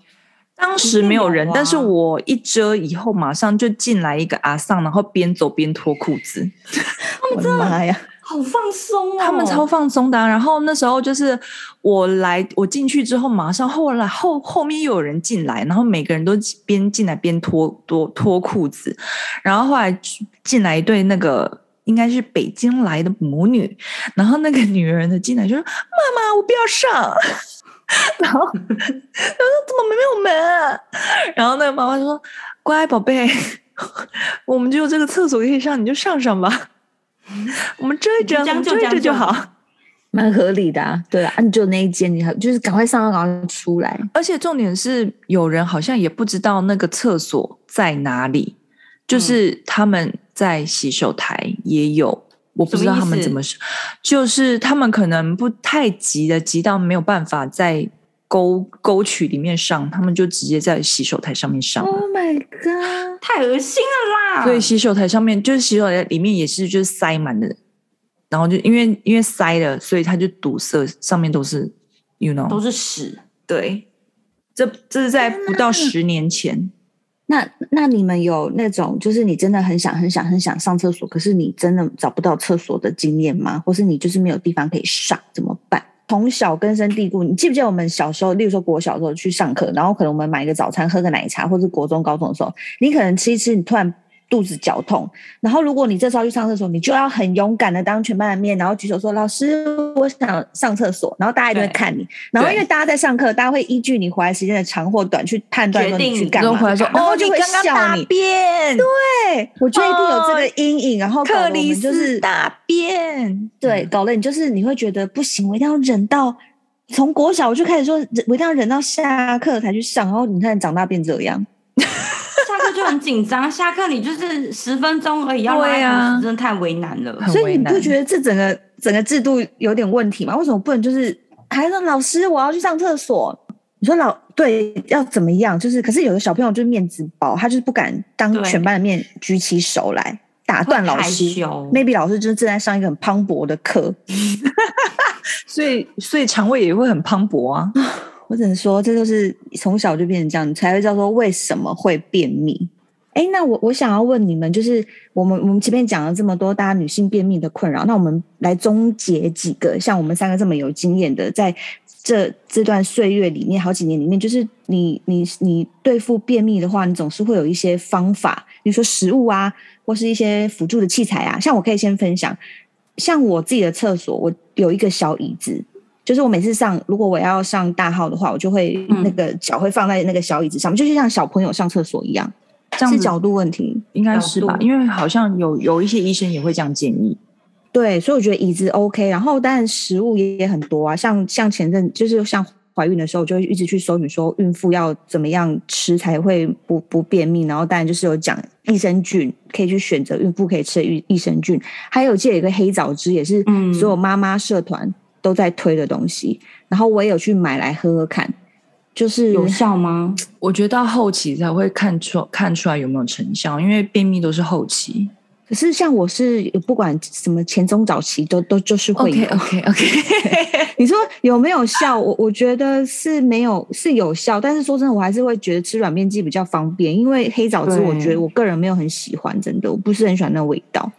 Speaker 3: 当时没有人，
Speaker 2: 有啊
Speaker 3: 但是我一遮以后，马上就进来一个阿桑，然后边走边脱裤子，
Speaker 1: 我的妈呀！
Speaker 2: 好放松哦。
Speaker 3: 他们超放松的啊、然后那时候就是我来，我进去之后，马上后来后后面又有人进来，然后每个人都边进来边脱脱脱裤子，然后后来进来一对那个。应该是北京来的母女，然后那个女人呢进来就说：“妈妈，我不要上。”然后我说：“怎么没有门啊、然后那个妈妈就说：“乖宝贝， 我们只有这个厕所可以上，你就上上吧。我们遮一遮，
Speaker 2: 你就将
Speaker 3: 我们
Speaker 2: 就
Speaker 3: 遮一遮嗯就
Speaker 2: 将就
Speaker 3: 好。”
Speaker 1: 蛮合理的、啊，对啊，啊你就那一间，你还就是赶快上，赶快出来。
Speaker 3: 而且重点是，有人好像也不知道那个厕所在哪里，就是他们在洗手台也有，我不知道他们怎么是，就是他们可能不太急的，急到没有办法在沟沟渠里面上，他们就直接在洗手台上面上了。
Speaker 1: Oh my god！
Speaker 2: 太恶心了啊！
Speaker 3: 所以洗手台上面就是洗手台里面也是就是塞满的，然后就因为因为塞了，所以它就堵塞，上面都是，you
Speaker 2: 都
Speaker 3: know，
Speaker 2: 是屎。
Speaker 3: 对，这这是在不到十年前，
Speaker 1: 那那你们有那种就是你真的很想很想很想上厕所，可是你真的找不到厕所的经验吗？或是你就是没有地方可以上，怎么办？从小根深蒂固，你记不记得我们小时候，例如说国小的时候去上课，然后可能我们买个早餐，喝个奶茶，或是国中、高中的时候，你可能吃一吃，你突然肚子绞痛，然后如果你这时候去上厕所，你就要很勇敢的当全班的面，然后举手说：“老师，我想上厕所。”然后大家一定会
Speaker 2: 对
Speaker 1: 看你，然后因为大家在上课，大家会依据你回来时间的长或短去判断
Speaker 2: 决
Speaker 1: 说你
Speaker 2: 定
Speaker 1: 去
Speaker 2: 你
Speaker 1: 干
Speaker 3: 然
Speaker 1: 嘛
Speaker 3: 后。回来说
Speaker 1: 然后
Speaker 3: 哦，
Speaker 1: 就
Speaker 3: 你
Speaker 1: 会
Speaker 3: 刚刚
Speaker 1: 笑
Speaker 3: 大
Speaker 1: 你
Speaker 3: 便，
Speaker 1: 对，我觉得一定有这个阴影，然后搞得
Speaker 3: 哦
Speaker 1: 我
Speaker 3: 克里
Speaker 1: 们就
Speaker 3: 斯嗯
Speaker 1: 是
Speaker 3: 大便，
Speaker 1: 对，搞得你就是你会觉得不行，我一定要忍到从国小我就开始说，忍我一定要忍到下课才去上，然后你看长大变这样，
Speaker 2: 下课就很紧张， 下课你就是十分钟而已，要拉
Speaker 3: 对啊
Speaker 2: 一同时真的太为难了。
Speaker 3: 很
Speaker 1: 所以
Speaker 3: 为
Speaker 1: 你
Speaker 3: 难
Speaker 1: 不觉得这整个整个制度有点问题吗？为什么不能就是还让老师我要去上厕所？你说老对要怎么样？就是可是有的小朋友就是面子薄，他就是不敢当
Speaker 2: 对
Speaker 1: 全班的面举起手来打断老
Speaker 2: 会害
Speaker 1: 师
Speaker 2: 羞
Speaker 1: ，maybe 老师就是正在上一个很磅礴的课，
Speaker 3: 所以所以肠胃也会很磅礴啊，
Speaker 1: 嗯我只能说，这就是从小就变成这样，你才会叫做为什么会便秘。哎，那我我想要问你们，就是我们我们前面讲了这么多大家女性便秘的困扰，那我们来终结几个，像我们三个这么有经验的，在这这段岁月里面，好几年里面，就是你你你对付便秘的话，你总是会有一些方法，比如说食物啊，或是一些辅助的器材啊。像我可以先分享，像我自己的厕所，我有一个小椅子，就是我每次上，如果我要上大号的话，我就会
Speaker 2: 嗯
Speaker 1: 那个脚会放在那个小椅子上面，就是像小朋友上厕所一样，
Speaker 3: 这样
Speaker 1: 是
Speaker 3: 子
Speaker 1: 角度问题。
Speaker 3: 应该是吧
Speaker 2: 角？度
Speaker 3: 因为好像有有一些医生也会这样建议，
Speaker 1: 对，所以我觉得椅子 OK，然后当然食物也也很多啊，像像前阵就是像怀孕的时候，我就会一直去搜寻说孕妇要怎么样吃才会不不便秘，然后当然就是有讲益生菌可以去选择孕妇可以吃的益益生菌，还有记得有一个黑枣汁也是
Speaker 2: 嗯
Speaker 1: 所有妈妈社团都在推的东西，然后我也有去买来喝喝看，就是
Speaker 2: 有效吗？
Speaker 3: 我觉得到后期才会看出看出来有没有成效，因为便秘都是后期。
Speaker 1: 可是像我是不管什么前中早期都都就是会有
Speaker 3: OK OK OK，
Speaker 1: 你说有没有效？我我觉得是没有，是有效。但是说真的，我还是会觉得吃软便剂比较方便，因为黑枣汁，
Speaker 2: 对
Speaker 1: 我觉得我个人没有很喜欢，真的，我不是很喜欢那味道。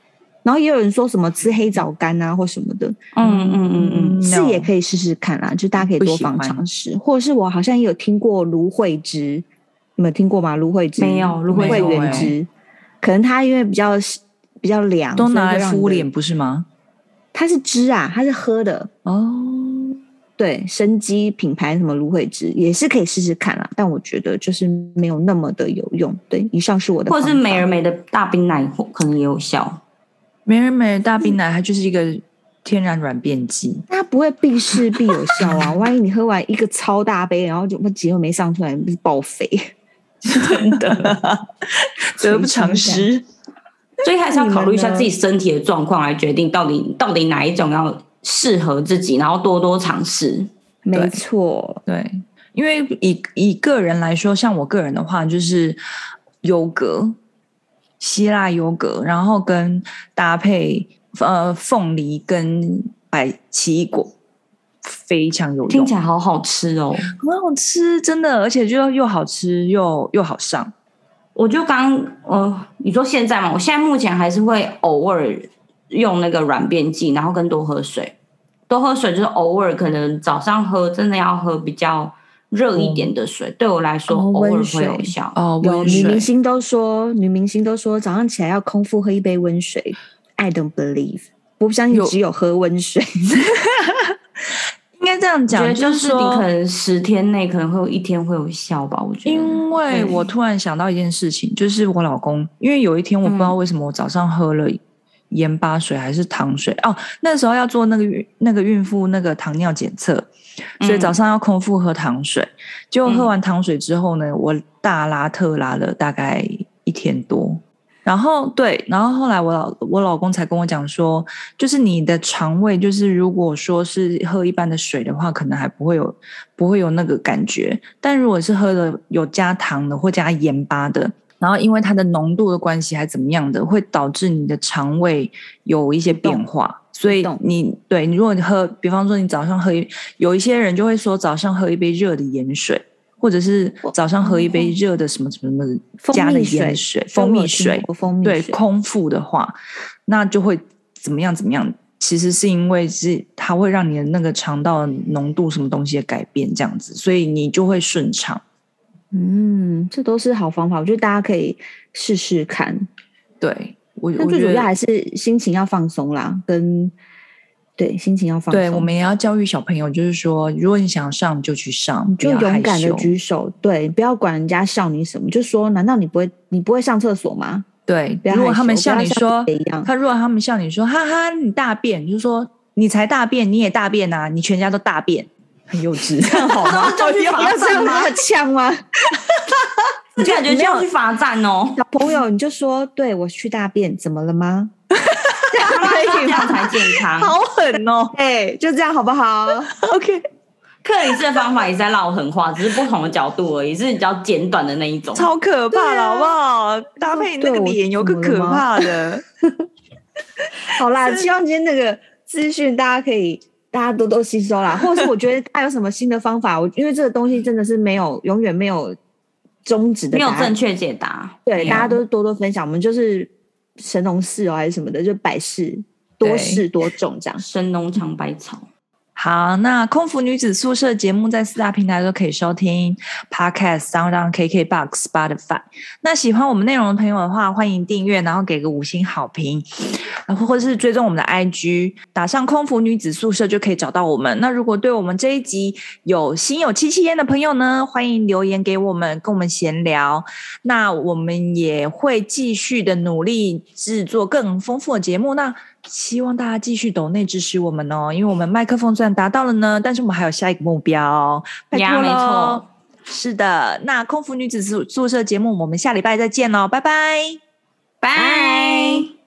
Speaker 1: 然后也有人说什么吃黑枣干啊或什么的，
Speaker 2: 嗯嗯嗯嗯，
Speaker 3: No
Speaker 1: 是也可以试试看啦，就大家可以
Speaker 3: 不
Speaker 1: 多
Speaker 3: 喜
Speaker 1: 方
Speaker 3: 欢
Speaker 1: 尝试。或者是我好像也有听过芦荟汁，你们听过吗？芦荟汁
Speaker 2: 没有
Speaker 1: 芦
Speaker 2: 芦
Speaker 1: 荟
Speaker 2: 荟
Speaker 3: 没有欸
Speaker 1: 原汁，可能它因为比较比较凉，
Speaker 3: 都
Speaker 1: 所以
Speaker 3: 拿
Speaker 1: 会
Speaker 3: 来
Speaker 1: 让你
Speaker 3: 敷
Speaker 1: 的
Speaker 3: 脸。不是吗？
Speaker 1: 它是汁啊，它是喝的，
Speaker 3: 哦，
Speaker 1: 对生机品牌什么芦荟汁也是可以试试看啦，但我觉得就是没有那么的有用。对，以上是我的
Speaker 2: 或
Speaker 1: 方法，
Speaker 2: 者是美而美的大冰奶或可能也有效。
Speaker 3: 美人美人大冰奶它就是一个天然软便剂，
Speaker 1: 它不会必试必有效 啊！万一你喝完一个超大杯，然后就结果没上出来，不是报废？
Speaker 3: 真的得不偿失。
Speaker 2: 所以还是要考虑一下
Speaker 1: 那你们呢
Speaker 2: 自己身体的状况来决定到底到底哪一种要适合自己，然后多多尝试。
Speaker 1: 没错，
Speaker 3: 对，因为以以个人来说，像我个人的话，就是优格，希腊优格，然后跟搭配呃凤梨跟百奇异果，非常有用，
Speaker 2: 听起来好好吃哦！
Speaker 3: 很好吃，真的，而且就又好吃又又好上。
Speaker 2: 我就刚呃，你说现在嘛，我现在目前还是会偶尔用那个软便剂，然后跟多喝水。多喝水就是偶尔，可能早上喝，真的要喝比较热一点的水。对我来说，
Speaker 1: 哦
Speaker 2: 偶尔
Speaker 1: 温
Speaker 2: 会
Speaker 1: 水
Speaker 2: 有效。
Speaker 3: 哦，
Speaker 1: 有
Speaker 3: 温
Speaker 1: 女
Speaker 3: 水
Speaker 1: 明，星都说，女明星都说早上起来要空腹喝一杯温水。I don't believe，我不相信
Speaker 3: 有
Speaker 1: 只有喝温水。
Speaker 3: 应该这样
Speaker 2: 我觉
Speaker 3: 讲，
Speaker 2: 得就是是你可
Speaker 3: 说，
Speaker 2: 能十天内可能会有一天会有效吧。我觉得
Speaker 3: 因为我突然想到一件事情，就是我老公，因为有一天我不
Speaker 2: 嗯
Speaker 3: 知道为什么我早上喝了盐巴水还是糖水哦，那时候要做那个孕那个孕妇那个糖尿检测，所以
Speaker 2: 嗯
Speaker 3: 早上要空腹喝糖水。结果喝
Speaker 2: 嗯
Speaker 3: 完糖水之后呢，我大拉特拉了大概一天多。然后对，然后后来我老我老公才跟我讲说，就是你的肠胃，就是如果说是喝一般的水的话，可能还不会有不会有那个感觉，但如果是喝了有加糖的或加盐巴的，然后因为它的浓度的关系还怎么样的，会导致你的肠胃有一些变化。所以
Speaker 1: 懂
Speaker 3: 你对你，如果你喝，比方说你早上喝一，有一些人就会说早上喝一杯热的盐水，或者是早上喝一杯热的什么什么什么
Speaker 1: 嗯蜂
Speaker 3: 加的
Speaker 1: 蜜
Speaker 3: 盐
Speaker 1: 水
Speaker 3: 水、蜂蜜水，，
Speaker 1: 蜂蜜
Speaker 3: 对
Speaker 1: 水，
Speaker 3: 空腹的话，那就会怎么样怎么样？其实是因为是它会让你的那个肠道浓度什么东西的改变，这样子，所以你就会顺畅。
Speaker 1: 嗯，这都是好方法，我觉得大家可以试试看。
Speaker 3: 对我，
Speaker 1: 但
Speaker 3: 我
Speaker 1: 最
Speaker 3: 觉
Speaker 1: 主要
Speaker 3: 得
Speaker 1: 还是心情要放松啦，跟对心情要放松。
Speaker 3: 对，我们也要教育小朋友，就是说，如果你想上就去上，
Speaker 1: 就
Speaker 3: 不要害
Speaker 1: 勇敢的
Speaker 3: 羞
Speaker 1: 举手，对，不要管人家笑你什么，就说难道你不会你不会上厕所吗？
Speaker 3: 对，
Speaker 1: 不要
Speaker 3: 如果
Speaker 1: 害
Speaker 3: 他们
Speaker 1: 羞不
Speaker 3: 像
Speaker 1: 要
Speaker 3: 你
Speaker 1: 像
Speaker 3: 说
Speaker 1: 别人一 样，
Speaker 3: 他如果他们像你说，哈哈，你大便，你就说你才大便，你也大便啊，你全家都大便，很幼稚，好吗？
Speaker 2: 就去
Speaker 1: 你要
Speaker 2: 罚
Speaker 1: 这样
Speaker 2: 站吗
Speaker 1: 那？么呛吗？
Speaker 2: 你感觉就要去罚站哦，
Speaker 1: 小朋友，你就说对我去大便，怎么了吗？
Speaker 2: 这样才健康。
Speaker 3: 好狠哦。
Speaker 1: 哎，就这样好不好？
Speaker 3: OK，
Speaker 2: 克里斯的方法也是在唠狠话，只是不同的角度而已，是比较简短的那一种。
Speaker 3: 超可怕
Speaker 1: 对
Speaker 3: 的，
Speaker 1: 啊
Speaker 3: 好不好？搭配你那个
Speaker 1: 对我
Speaker 3: 脸，有个
Speaker 1: 怎么
Speaker 3: 可
Speaker 1: 了吗
Speaker 3: 怕 的。
Speaker 1: 好啦，希望今天那个资讯大家可以大家多多吸收啦，或者是我觉得大家有什么新的方法，我因为这个东西真的是没有永远没有终止的
Speaker 2: 没
Speaker 1: 答
Speaker 2: 有
Speaker 1: 案，
Speaker 2: 正确解答，
Speaker 1: 对，
Speaker 3: 没
Speaker 1: 大家
Speaker 3: 有
Speaker 1: 都多多分享，我们就是神农氏哦还是什么的，就百事多
Speaker 3: 对
Speaker 1: 事多种这样。
Speaker 2: 神农尝百草。
Speaker 3: 好，那空服女子宿舍节目在四大平台都可以收听，Podcast、当当、KKBox、Spotify。那喜欢我们内容的朋友的话，欢迎订阅，然后给个五星好评，然后或者是追踪我们的 IG，打上“空服女子宿舍”就可以找到我们。那如果对我们这一集有心有戚戚焉的朋友呢，欢迎留言给我们，跟我们闲聊。那我们也会继续的努力制作更丰富的节目。那希望大家继续抖内支持我们哦，因为我们麦克风虽然达到了呢，但是我们还有下一个目标，拜托
Speaker 2: 呀没
Speaker 3: 喽
Speaker 2: 错。
Speaker 3: 是的，那空服女子宿宿舍节目，我们下礼拜再见喽，拜拜。
Speaker 2: 拜。